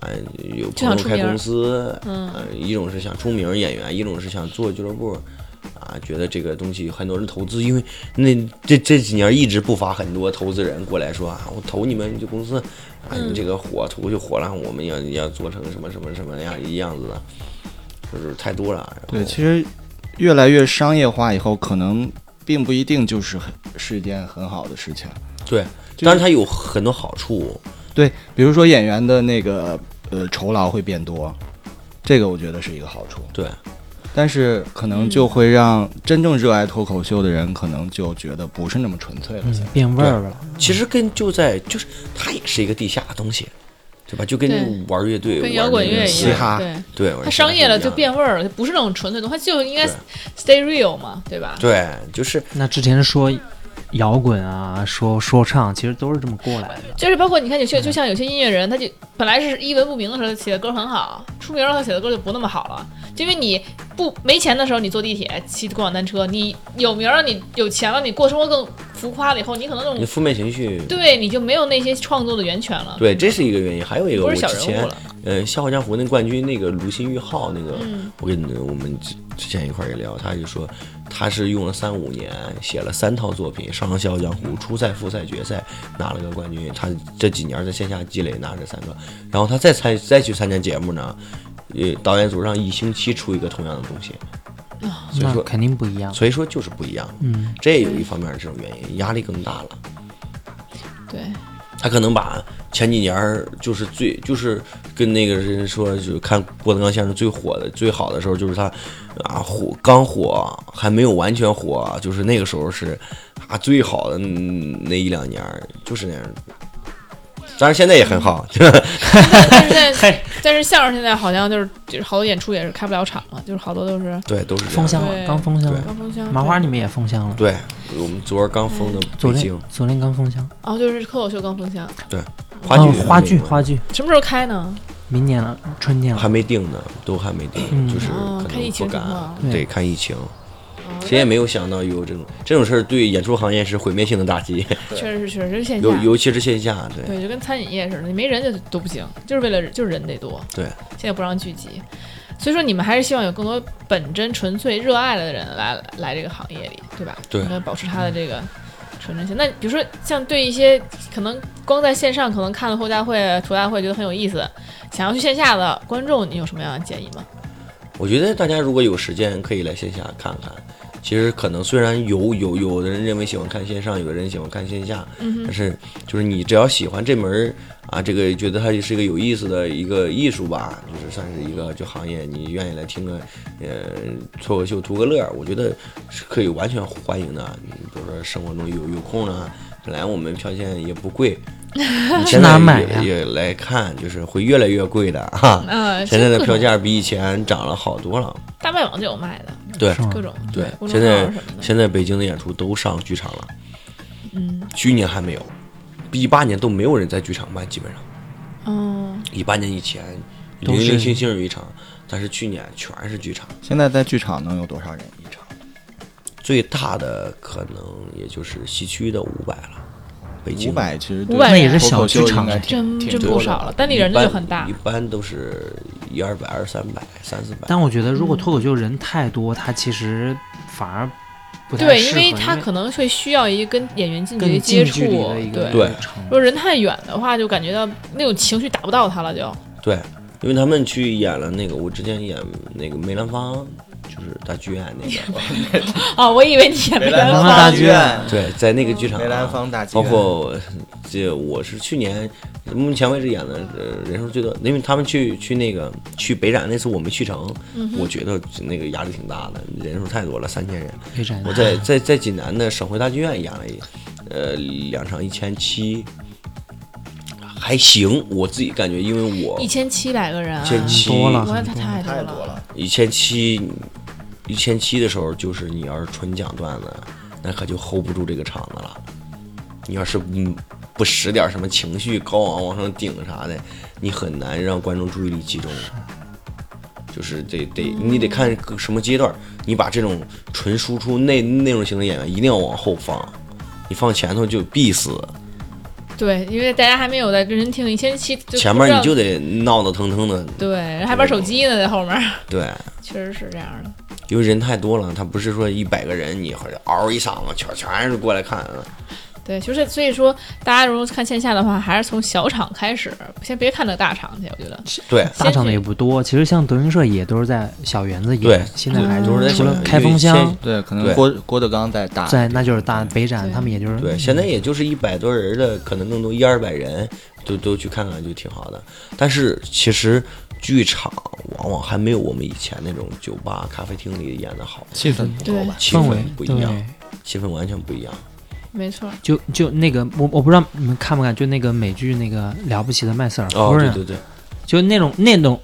S4: 哎，有
S1: 嗯就想
S4: 朋友
S1: 出
S4: 开
S1: 名儿
S4: 公司，
S1: 嗯
S4: 呃，一种是想出名儿演员，一种是想做俱乐部，啊，觉得这个东西很多人投资，因为那这这几年一直不乏很多投资人过来说啊，我投你们这公司，啊，你
S1: 嗯
S4: 这个火投就火了，我们要要做成什么什么什么样一样子的，就是太多了。然
S2: 对，
S4: 后
S2: 其实越来越商业化以后，可能并不一定就是很是一件很好的事情。
S4: 对，
S2: 就是
S4: 当然它有很多好处，
S2: 对，比如说演员的那个呃酬劳会变多，这个我觉得是一个好处，
S4: 对。
S2: 但是可能就会让真正热爱脱口秀的人，可能就觉得不是那么纯粹了。
S3: 嗯，变味儿了。
S4: 其实跟就在就是它也是一个地下的东西，对吧？就
S1: 对
S4: 跟玩乐队、
S1: 跟摇滚乐
S4: 玩那个
S1: 一
S2: 嘻
S1: 样，
S4: 嘻
S2: 哈
S4: 哈，
S1: 对，
S4: 对，玩
S1: 它
S4: 嘻哈
S1: 商业了就变
S4: 是
S1: 味儿了，就不是那种纯粹的，它就应该
S4: 对
S1: stay real 嘛，对吧？
S4: 不一样的对，就是
S3: 那之前说摇滚啊，说说唱，其实都是这么过来的。
S1: 就是包括你看，
S4: 嗯
S1: 有些就像有些音乐人，他就本来是一文不名的时候他写的歌很好，出名了他写的歌就不那么好了，就因为你不没钱的时候你坐地铁、骑共享单车，你有名了，你有钱了，你过生活更浮夸了以后，你可能那
S4: 你
S1: 种
S4: 负面情绪。
S1: 对你就没有那些创作的源泉了，
S4: 对，这是一个原因，还有一个
S1: 不
S4: 我
S1: 是
S4: 之
S1: 小人
S4: 前
S1: 物了，
S4: 呃，《笑傲江湖》那冠军那个卢鑫玉浩那个，
S1: 嗯
S4: 我跟你我们之之前一块儿也聊，他就说他是用了三五年写了三套作品，上了《笑傲江湖》初赛、复赛、决赛，拿了个冠军。他这几年在线下积累拿这三个，然后他再参再去参加节目呢，呃，导演组让一星期出一个同样的东西，所以
S3: 那
S4: 说
S3: 肯定不一样。
S4: 所以说就是不一样。
S3: 嗯，
S4: 这也有一方面是这种原因，压力更大了。
S1: 对，
S4: 他可能把前几年儿就是最就是跟那个人说，就是看郭德纲先生最火的最好的时候，就是他啊火刚火还没有完全火，啊就是那个时候是啊最好的嗯那一两年儿就是那样。当然现在也很好，
S1: 但是在但是相声现在好像就是就是好多演出也是开不了场了，就是好多都是
S4: 对，都是这
S3: 封
S4: 样。
S3: 箱
S1: 对
S3: 了，刚封箱了。
S1: 刚封箱
S3: 麻花
S1: 对
S3: 你们也封箱了，
S4: 对我们昨儿刚封的
S3: 昨
S4: 北
S3: 天
S4: 京
S3: 昨天刚封箱。
S1: 然后哦就是脱口秀刚封箱，
S4: 话剧
S3: 啊，话剧
S4: 还没
S3: 话剧，
S1: 什么时候开呢？
S3: 明年了，春天
S4: 还
S3: 了。
S4: 没定呢，都还没定，
S3: 嗯
S4: 就是
S1: 哦
S4: 可
S1: 看疫
S4: 能不
S1: 情情
S4: 敢
S1: 况，
S3: 对
S4: 对，看疫情。
S1: 哦
S4: 谁也没有想到有这种这种事儿，对演出行业是毁灭性的打击，
S1: 那确实是确实是线下
S4: 尤，尤其是线下，对
S1: 对，就跟餐饮业似的，你没人就都不行，就是为了就是人得多，
S4: 对，
S1: 现在不让聚集，所以说你们还是希望有更多本真纯粹热爱的人来来这个行业里，对吧？
S4: 对嗯
S1: 应该保持他的这个纯真性。那比如说像对一些可能光在线上可能看了后大会、图大会觉得很有意思，想要去线下的观众，你有什么样的建议吗？
S4: 我觉得大家如果有时间，可以来线下看看。其实可能虽然有有有的人认为喜欢看线上，有的人喜欢看线下，
S1: 嗯
S4: 但是就是你只要喜欢这门儿啊，这个觉得它是一个有意思的一个艺术吧，就是算是一个就行业，你愿意来听个呃脱口秀图个乐儿，我觉得是可以完全欢迎的。你比如说生活中有有空呢，本来我们票钱也 不贵，你
S3: 去
S4: 现
S3: 哪
S4: 在
S3: 儿买呀
S4: 也也来看，就是会越来越贵的啊哈。
S1: 哼，呃，
S4: 现在的
S1: 各
S4: 票
S1: 种
S4: 价比以前涨了好多了。
S1: 大麦网就有卖的，
S4: 对
S3: 是吗
S1: 各种
S4: 嗯对
S1: 公，众
S4: 现
S1: 号
S4: 在
S1: 什么的，
S4: 现在北京的演出都上剧场了，
S1: 嗯
S4: 去年还没有，一八年都没有人在剧场办，基本上
S1: 嗯，
S4: 一八年以前
S3: 都
S4: 零
S3: 是
S4: 零星星有一场，但是去年全是剧场，
S2: 现在在剧场能有多少人一场？
S4: 最大的可能也就是西区的五百了，北
S2: 五
S4: 京
S2: 百其实
S1: 500
S2: 对
S3: 那也是
S2: 脱
S3: 小
S2: 口秀
S3: 剧场
S2: 应，该挺
S1: 真
S2: 挺
S1: 真
S2: 多
S1: 不
S2: 的
S1: 少 了，单立人的就很大
S4: 一，般，一般都是一二百、二三百、三四百。
S3: 但我觉得
S1: 嗯
S3: 如果脱口秀人太多，他其实反而不太
S1: 对，
S3: 适
S1: 因
S3: 合，
S1: 为
S3: 因
S1: 他可能会需要一个跟演员近距离嗯
S3: 更
S1: 接
S3: 近
S1: 触
S3: 距离的一，个
S1: 对。
S4: 对
S3: 程
S1: 如果人太远的话，就感觉到那种情绪打不到他了，就
S4: 对，因为他们去演了那个，我之前演那个梅兰芳，就是大剧院那个，
S1: 哦，我以为你也没办
S3: 兰芳
S1: 法
S3: 大剧院
S4: 对，在那个剧场、啊，
S2: 梅兰芳大剧
S4: 包
S2: 院，
S4: 括呃这我是去年目前为止演的呃人数最多，因为他们去去那个去北展那次我没去成，
S1: 嗯
S4: 我觉得那个压力挺大的，人数太多了，三千人。
S3: 可以展
S4: 我在在在济南的省会大剧院演了一呃两场一千七，还行，我自己感觉，因为我
S1: 一千七百个人啊，
S4: 1700
S3: 多了
S1: 我
S3: 很
S1: 他
S3: 多
S1: 太
S2: 太多
S1: 多了。
S2: 了。
S4: 一千七，一千七的时候，就是你要是纯讲段子，那可就 hold 不住这个场子了。你要是嗯不使点什么情绪高昂往上顶啥的，你很难让观众注意力集中。就是得得，你得看个什么阶段，你把这种纯输出内内容型的演员一定要往后放，你放前头就必死，
S1: 对，因为大家还没有在认真听一千七，就
S4: 前
S1: 不知
S4: 面
S1: 道
S4: 你就得闹闹腾腾的，
S1: 对，人还玩手机呢，在后面，
S4: 对。
S1: 确实是这样的。
S4: 因为人太多了，他不是说一百个人你或者嗷一嗓子，全全是过来看啊的。
S1: 对，就是所以说，大家如果看线下的话，还是从小场开始，先别看那大场去。我觉得
S4: 对
S3: 大厂的也不多，其实像德云社也都是在小园子
S4: 对
S3: 演，现在还
S4: 都是在
S3: 除
S4: 小
S3: 了
S4: 园
S3: 开
S4: 因为
S3: 封箱
S4: 先，
S2: 对，可能
S4: 对
S2: 郭郭德纲在打，
S3: 在那就是大北展，
S1: 对
S3: 他们也就是
S4: 对，现在也就是一百多人的，可能更多一二百人，都都去看看就挺好的。但是其实剧场往往还没有我们以前那种酒吧、咖啡厅里演的好，
S2: 气氛不
S1: 对
S2: 够吧？
S4: 气
S3: 氛围
S4: 氛不一
S3: 对，
S4: 样，气氛完全不一样。
S1: 没错，
S3: 就就那个我我不知道你们看不看，就那个美剧那个了不起的麦瑟尔
S4: 哦
S3: 夫，人，
S4: 对对对，
S3: 就那种那种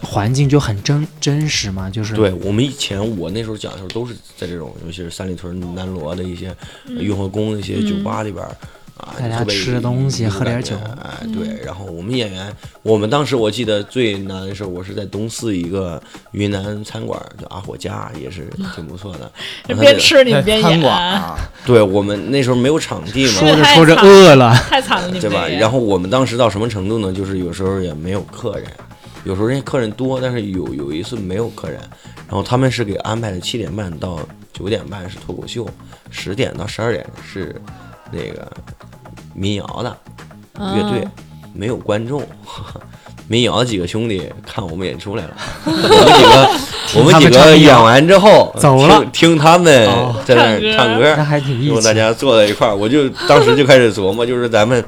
S3: 环境就很真真实嘛，就是
S4: 对我们以前我那时候讲的时候都是在这种，尤其是三里屯、南锣的一些
S1: 嗯
S4: 呃运河宫的一些酒吧里边儿。啊，
S3: 大家
S4: 特别有
S3: 吃东西
S4: 有
S3: 喝点
S4: 感
S3: 酒
S4: 觉哎，
S1: 嗯
S4: 对。然后我们演员，我们当时我记得最难的时候，我是在东四一个云南餐馆叫阿火家，也是挺不错 的。然后他
S1: 边
S4: 那
S1: 吃你们边
S2: 餐
S1: 演
S2: 馆， 啊，
S4: 对我们那时候没有场地嘛，
S3: 说着
S1: 太
S3: 说着
S1: 惨
S3: 饿了，
S1: 太惨 了，你们
S4: 对吧？
S1: 这也
S4: 然后我们当时到什么程度呢？就是有时候也没有客人，有时候人家客人多，但是有有一次没有客人，然后他们是给安排的七点半到九点半是脱口秀，十点到十二点是那个民谣的乐队，
S1: 嗯
S4: 没有观众。民谣几个兄弟看我们演出来了，我们几个我们几
S3: 听他们唱
S4: 个
S3: 民谣
S4: 演完之后
S3: 走了
S4: 听，听他们
S3: 哦
S4: 在那儿
S1: 唱
S4: 唱
S1: 歌
S4: 歌，
S3: 那还挺
S4: 然
S3: 义
S4: 后大
S3: 气。
S4: 家坐在一块儿，我就当时就开始琢磨，就是咱们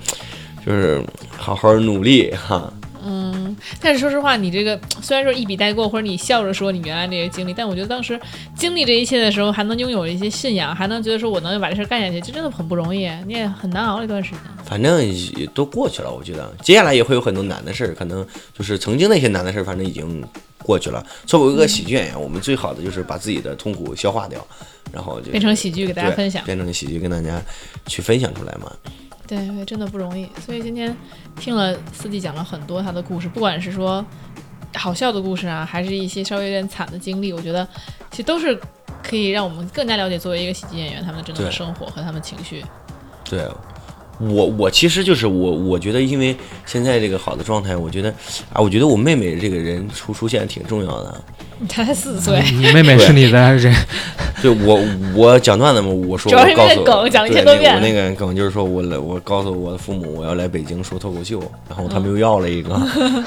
S4: 就是好好努力哈。
S1: 嗯，但是说实话，你这个虽然说一笔带过，或者你笑着说你原来这个经历，但我觉得当时经历这一切的时候，还能拥有一些信仰，还能觉得说我能把这事儿干下去，这真的很不容易，你也很难熬一段时间。
S4: 反正也都过去了，我觉得接下来也会有很多难的事儿，可能就是曾经那些难的事儿，反正已经过去了。作为一个喜剧演员，我们最好的就是把自己的痛苦消化掉，然后就
S1: 变成喜剧给大家
S4: 对
S1: 分享
S4: 变成喜剧跟大家去分享出来嘛。
S1: 对对，真的不容易。所以今天听了四季讲了很多他的故事，不管是说好笑的故事啊，还是一些稍微有点惨的经历，我觉得其实都是可以让我们更加了解作为一个喜剧演员他们的真正的
S4: 对
S1: 生活和他们情 绪。
S4: 对，我我其实就是我，我觉得因为现在这个好的状态，我觉得啊，我觉得我妹妹这个人出出现挺重要的。
S1: 你才四岁，
S3: 你妹妹是你的人，
S4: 对我，我讲段子嘛，我说
S1: 主要是
S4: 我告
S1: 那个
S4: 诉
S1: 梗讲了一千
S4: 对
S1: 多
S4: 那个我
S1: 遍
S4: 那个梗就是说我来，我告诉我的父母我要来北京说脱口秀，然后他
S1: 嗯
S4: 们又要了 一个，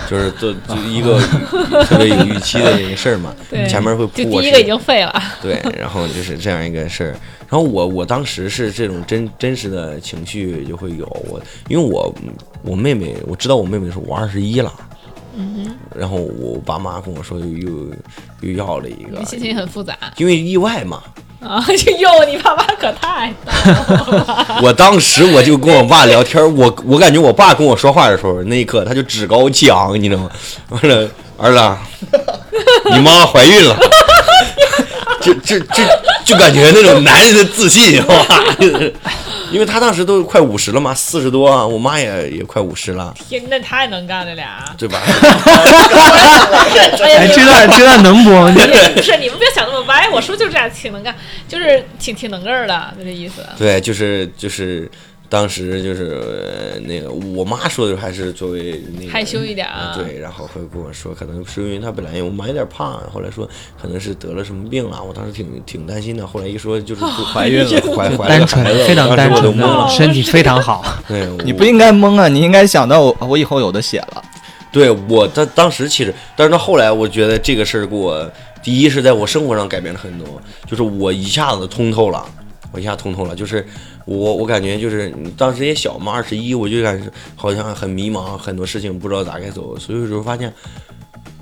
S4: 就是做就一个特别有预期的这个事儿嘛，
S1: 对
S4: 前面会
S1: 就
S4: 铺
S1: 第
S4: 我
S1: 一
S4: 是
S1: 个已经废了。啊
S4: 对，然后就是这样一个事儿。然后我我当时是这种真真实的情绪就会有我，因为我我妹妹我知道我妹妹的时候我二十一了，
S1: 嗯
S4: 然后我爸妈跟我说又又又要了一
S1: 哼，你
S4: 个
S1: 的，心情很复杂
S4: 因为意外嘛，
S1: 啊！就哟，你爸妈可太逗了，
S4: 我当时我就跟我爸聊天儿，我我感觉我爸跟我说话的时候，那一刻他就趾高气昂，你知道吗？完了，儿子，啊你妈怀孕了，就就就就感觉那种男人的自信，哇，就是 因为他当时都快五十了嘛，四十多啊，我妈也也快五十了，
S1: 天，那太能干了 俩。
S4: 对吧？
S1: 哎呀，
S3: 哎，
S1: 你
S3: 这段这段能播吗？
S1: 也不是你们别想那么歪，我说就是这样，挺能干，就是挺挺能干儿的，就这意思。
S4: 对，就是就是。当时就是、呃那个我妈说的，还是作为那个嗯
S1: 害羞一点啊
S4: 对，然后会跟我说，可能是因为她本来我妈有点胖，后来说可能是得了什么病了，我当时挺挺担心的，后来一 说就是怀孕了，怀怀了
S3: 单
S4: 个孩
S3: 纯
S4: 子，，
S3: 非常单
S4: 当时我都
S3: 纯哦
S4: 懵
S3: 的，
S4: 了。
S3: 身体非常好。
S4: 对，
S2: 你
S4: 我
S2: 不应该懵啊，你应该想到我我以后有的写了。
S4: 对我当当时其实，但是到后来，我觉得这个事儿给我，第一是在我生活上改变了很多，就是我一下子通透了，我一下通透了，就是我我感觉就是你当时也小嘛，二十一，我就感觉好像很迷茫，很多事情不知道咋该走，所以我就发现，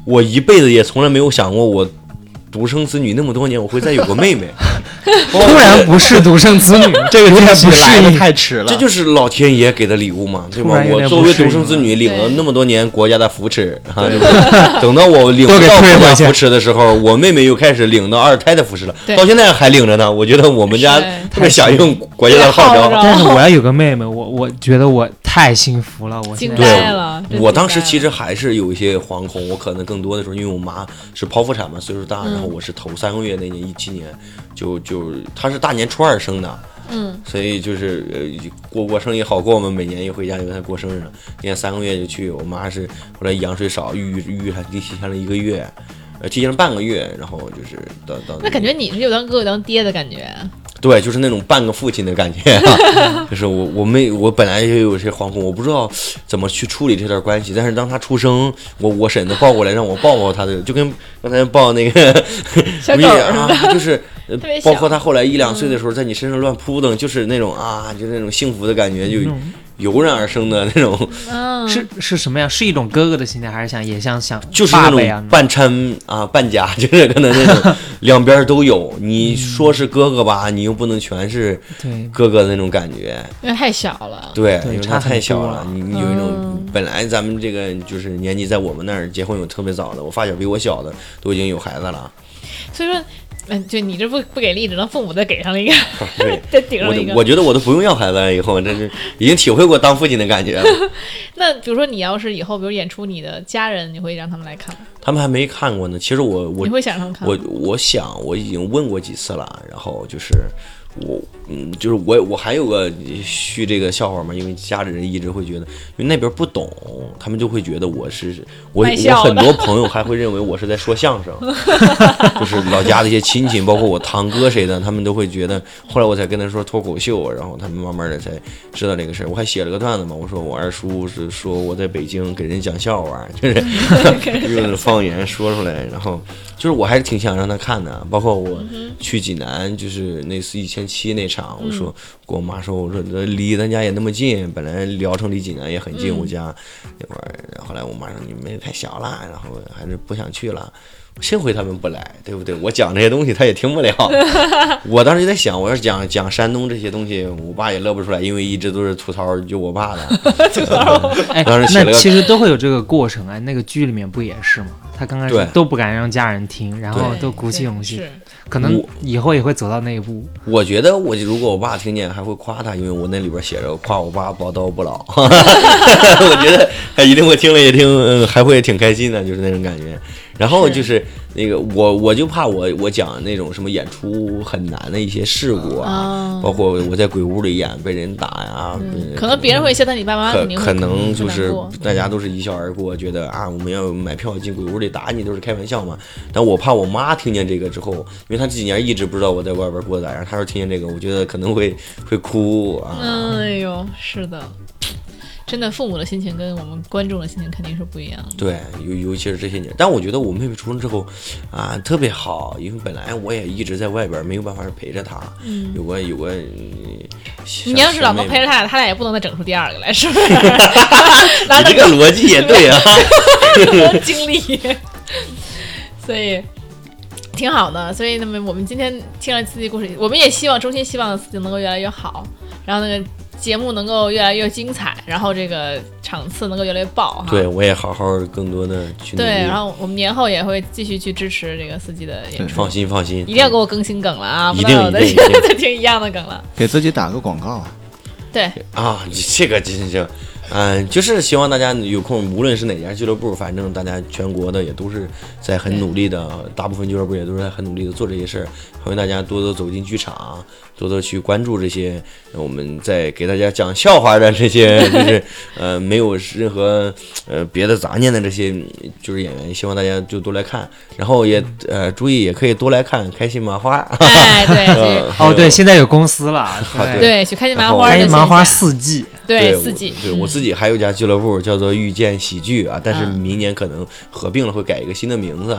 S4: 我一辈子也从来没有想过我独生子女那么多年，我会再有个妹妹，
S3: 突然不是独生子 女，这个有点不
S2: 来
S3: 适
S2: 的
S3: 应。
S2: 太迟了，
S4: 这就是老天爷给的礼物嘛，对
S3: 突
S4: 吧
S3: 然？有
S4: 我
S3: 点
S4: 作
S3: 不
S4: 为
S3: 适应
S4: 独生子女，领了
S1: 对
S4: 那么多年国家的扶持啊，对不对 等到我领
S3: 都
S4: 不
S3: 给
S4: 到
S3: 退
S4: 国
S3: 回
S4: 家
S3: 去
S4: 扶持的时候，我妹妹又开始领到二胎的扶持了，
S1: 对
S4: 到现在还领着呢。我觉得我们家
S1: 是
S4: 特别响应国家的号
S1: 号召
S4: 召。
S3: 但是我要有个妹妹，我我觉得我太幸福了，我现
S1: 惊
S3: 在
S4: 对
S1: 呆了。真
S4: 我
S1: 惊
S4: 当时
S1: 呆
S4: 其
S1: 了
S4: 实还是有一些惶恐，我可能更多的时候，因为我妈是剖腹产嘛，岁数大，
S1: 嗯
S4: 然后我是头三个月那年一七年，就就她是大年初二生的，
S1: 嗯，
S4: 所以就是呃过过生日也好过嘛，每年一回家就跟他过生日了，今年三个月就去，我妈是后来羊水少，预预预还提前了一个月，呃提前了半个月，然后就是到到
S1: 那感觉你是又当哥又当爹的感觉，啊
S4: 对，就是那种半个父亲的感觉、 啊，就是我我没我本来也有些惶恐，我不知道怎么去处理这段关系，但是当他出生，我我婶子抱过来让我抱抱他的，就跟刚才抱那个
S1: 小
S4: 不
S1: 狗
S4: 是
S1: 儿是吧？
S4: 啊，就是呃
S1: 特别小嗯
S4: 包括他后来一两岁的时候，在你身上乱扑腾，就是那种啊，就是那种幸福的感觉，就
S3: 嗯
S4: 油然而生的那种，
S1: 嗯，
S3: 是是什么样？是一种哥哥的心态，还是想也像想
S4: 就是那
S3: 爸爸呀
S4: 种？半掺啊半夹， 就是可能 那种两边都有。你
S3: 嗯
S4: 说是哥哥吧，你又不能全是
S3: 对，
S4: 哥哥的那种感觉，
S1: 因为太小了。
S4: 对，
S3: 嗯对
S4: 因为
S3: 差
S4: 他
S3: 很
S4: 太小
S3: 多
S4: 了，
S3: 了
S4: 你你有一种
S1: 嗯
S4: 本来咱们这个就是年纪在我们那儿结婚有特别早的，我发小比我小的都已经有孩子了，
S1: 所以说，嗯，就你这不不给力，只能父母再给上 了一个，
S4: 对。
S1: 再顶上
S4: 我
S1: 了一
S4: 都
S1: 个。
S4: 我觉得我都不用要孩子了，以后真是已经体会过当父亲的感觉了。
S1: 那比如说你要是以后，比如演出你的家人，你会让他们来看吗，
S4: 他们还没看过呢。其实我我
S1: 你会想让他们看吗？
S4: 我我想我已经问过几次了，然后就是我嗯，就是我我还有个续这个笑话嘛，因为家里人一直会觉得，因为那边不懂，他们就会觉得我是我
S1: 卖笑
S4: 我很
S1: 的
S4: 多朋友还会认为我是在说 相声，就是老家的一些亲戚，包括我堂哥谁的，他们都会觉得。后来我才跟他说脱口秀，然后他们慢慢的才知道这个事儿。我还写了个段子嘛，我说我二叔是说我在北京给人讲笑话，就是 用方言说出来，然后就是我还是挺想让他看的。啊包括我去济南，就是那次一千七那场，我说跟我妈说，我说离咱家也那么近，本来聊城离济南也很近，我家那会儿，然后后来我妈说你妹妹太小了，然后还是不想去了。幸亏他们不来，对不对？我讲这些东西他也听不了。我当时就在想，我要是讲讲山东这些东西，我爸也乐不出来，因为一直都是吐槽就我爸的。
S3: 哎，
S4: 当时写了
S3: 那
S4: 个
S3: 其实都会有这个过程哎。那个剧里面不也是吗？他刚开始
S4: 对
S3: 都不敢让家人听，然后
S1: 对
S3: 哦都鼓起
S1: 对
S3: 勇气，
S1: 是
S3: 可能
S4: 我
S3: 以后也会走到那一步。
S4: 我觉得我如果我爸听见还会夸他，因为我那里边写着夸我爸宝刀不老， 我觉得他一定会听了也听，嗯，还会挺开心的，就是那种感觉。然后就是那个我我就怕我我讲那种什么演出很难的一些事故啊，
S1: 啊，
S4: 包括我在鬼屋里演被人打呀，被人
S1: 嗯可能别人会笑，啊但你爸爸妈妈
S4: 可
S1: 肯定会
S4: 可能就
S1: 会
S4: 是
S1: 难过
S4: 大家都是一笑而过，觉得啊，我们要买票进鬼屋里打你都是开玩笑嘛。但我怕我妈听见这个之后，因为她这几年一直不知道我在外边过得咋样，她说听见这个，我觉得可能会会哭啊。
S1: 嗯哎呦，是的，真的，父母的心情跟我们观众的心情肯定是不一样的。
S4: 对，尤尤其是这些年，但我觉得我妹妹出生之后，啊，特别好，因为本来我也一直在外边，没有办法陪着她，
S1: 嗯
S4: 有个有个。你
S1: 你要是老能陪着他俩，他俩也不能再整出第二个来，是不 是？ 拿
S4: 你
S1: 这
S4: 这个逻辑也 对啊。
S1: 个经历， 所以挺好的。所以那么我们今天听了自己故事，我们也希望衷心希望自己能够越来越好，然后那个节目能够越来越精彩，然后这个场次能够越来越爆哈。
S4: 对，我也好好更多的去努
S1: 对，
S4: 力。
S1: 然后我们年后也会继续去支持这个司机的演
S2: 对
S1: 出，
S4: 放心放心，嗯
S1: 一定要给我更新梗了啊！
S4: 一
S1: 不
S4: 定
S1: 能有再
S4: 一定一 定
S1: 再听一样的梗了。
S2: 给自己打个广告。
S1: 对，
S4: 啊，你这个真行，嗯、就是希望大家有空，无论是哪家俱乐部，反正大家全国的也都是在很努力的，大部分俱乐部也都是在很努力的做这些事儿。欢迎大家多多走进剧场，多多去关注这些呃我们在给大家讲笑话的这些，就是呃没有任何呃别的杂念的这些嗯就是演员，希望大家就多来看，然后也呃注意也可以多来看开心麻花。
S1: 哎，对 对
S4: 呃
S3: 哦，对，，现在有公司 了，
S4: 对
S1: 对，去开心麻花的
S4: 然后
S3: 开
S1: 线
S3: 心
S1: 下，
S3: 麻花四季，
S1: 对
S4: 我
S1: 四季，嗯
S4: 对我自己还有一家
S1: 嗯
S4: 俱乐部叫做遇见喜剧啊，但是明年可能合并了，会改一个新的名字。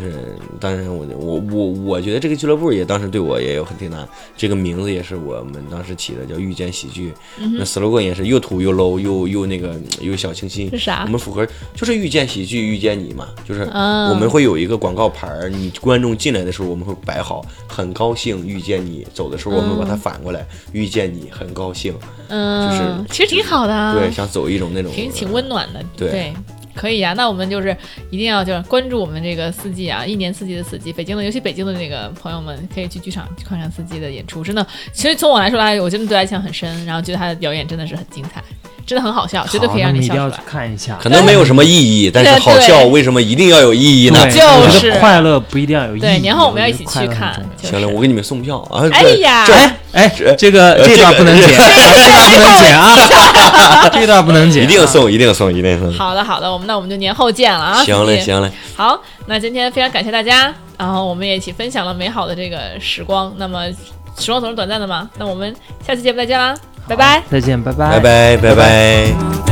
S4: 就是当然我我我我觉得这个俱乐部也当时对我也有很挺大，这个名字也是我们当时起的叫遇见喜剧，
S1: 嗯哼，
S4: 那 slogan 也是又土又 low 又又那个又小清新
S1: 是，啥
S4: 我？们符合就是遇见喜剧遇见你嘛，就是
S1: 嗯，
S4: 我们会有一个广告牌儿，你观众进来的时候我们会摆好，很高兴遇见你，走的时候我们把它反过来，遇见你很高兴，
S1: 嗯，其实挺好的啊，
S4: 对，想走一种那种
S1: 挺挺温暖的，
S4: 对
S1: 可以呀、那我们就是一定要就是关注我们这个四季啊，一年四季的四季，北京的，尤其北京的那个朋友们，可以去剧场去看看四季的演出。真的，其实从我来说来，我真的对他印象很深，然后觉得他的表演真的是很精彩，真的很好笑，绝对
S3: 好
S1: 可以
S3: 那
S1: 让
S3: 么
S1: 你
S3: 一
S1: 笑
S3: 定
S1: 出来
S3: 要去。看一下。
S4: 可能没有什么意义，但是
S1: 对
S4: 好
S1: 对
S4: 笑为什么一定要有意义呢？
S3: 对
S1: 就
S3: 我觉得
S1: 是
S3: 快乐不一定要有意义。
S1: 对，年后我们要一
S3: 觉
S1: 起去
S3: 得快乐
S1: 看
S3: 很重要。
S1: 就是、
S4: 行了，我给你们送票啊！
S1: 哎呀
S4: 这
S3: 哎哎，这个
S4: 呃
S3: 这段
S4: 这个
S3: 不能 剪，这段不能剪啊，这段不能剪
S4: 这
S3: 啊，
S4: 一定送，一定送，一定
S3: 嗯
S4: 送！
S1: 好的好的，我们那我们就年后见了啊。
S4: 行
S1: 四
S4: 嘞，
S1: 季
S4: 行嘞，
S1: 好，那今天非常感谢大家，然后我们也一起分享了美好的这个时光。那么，时光总是短暂的嘛，那我们下期节目再见啦，拜拜。
S3: 再见，拜拜，
S4: 拜拜，拜拜。
S5: 「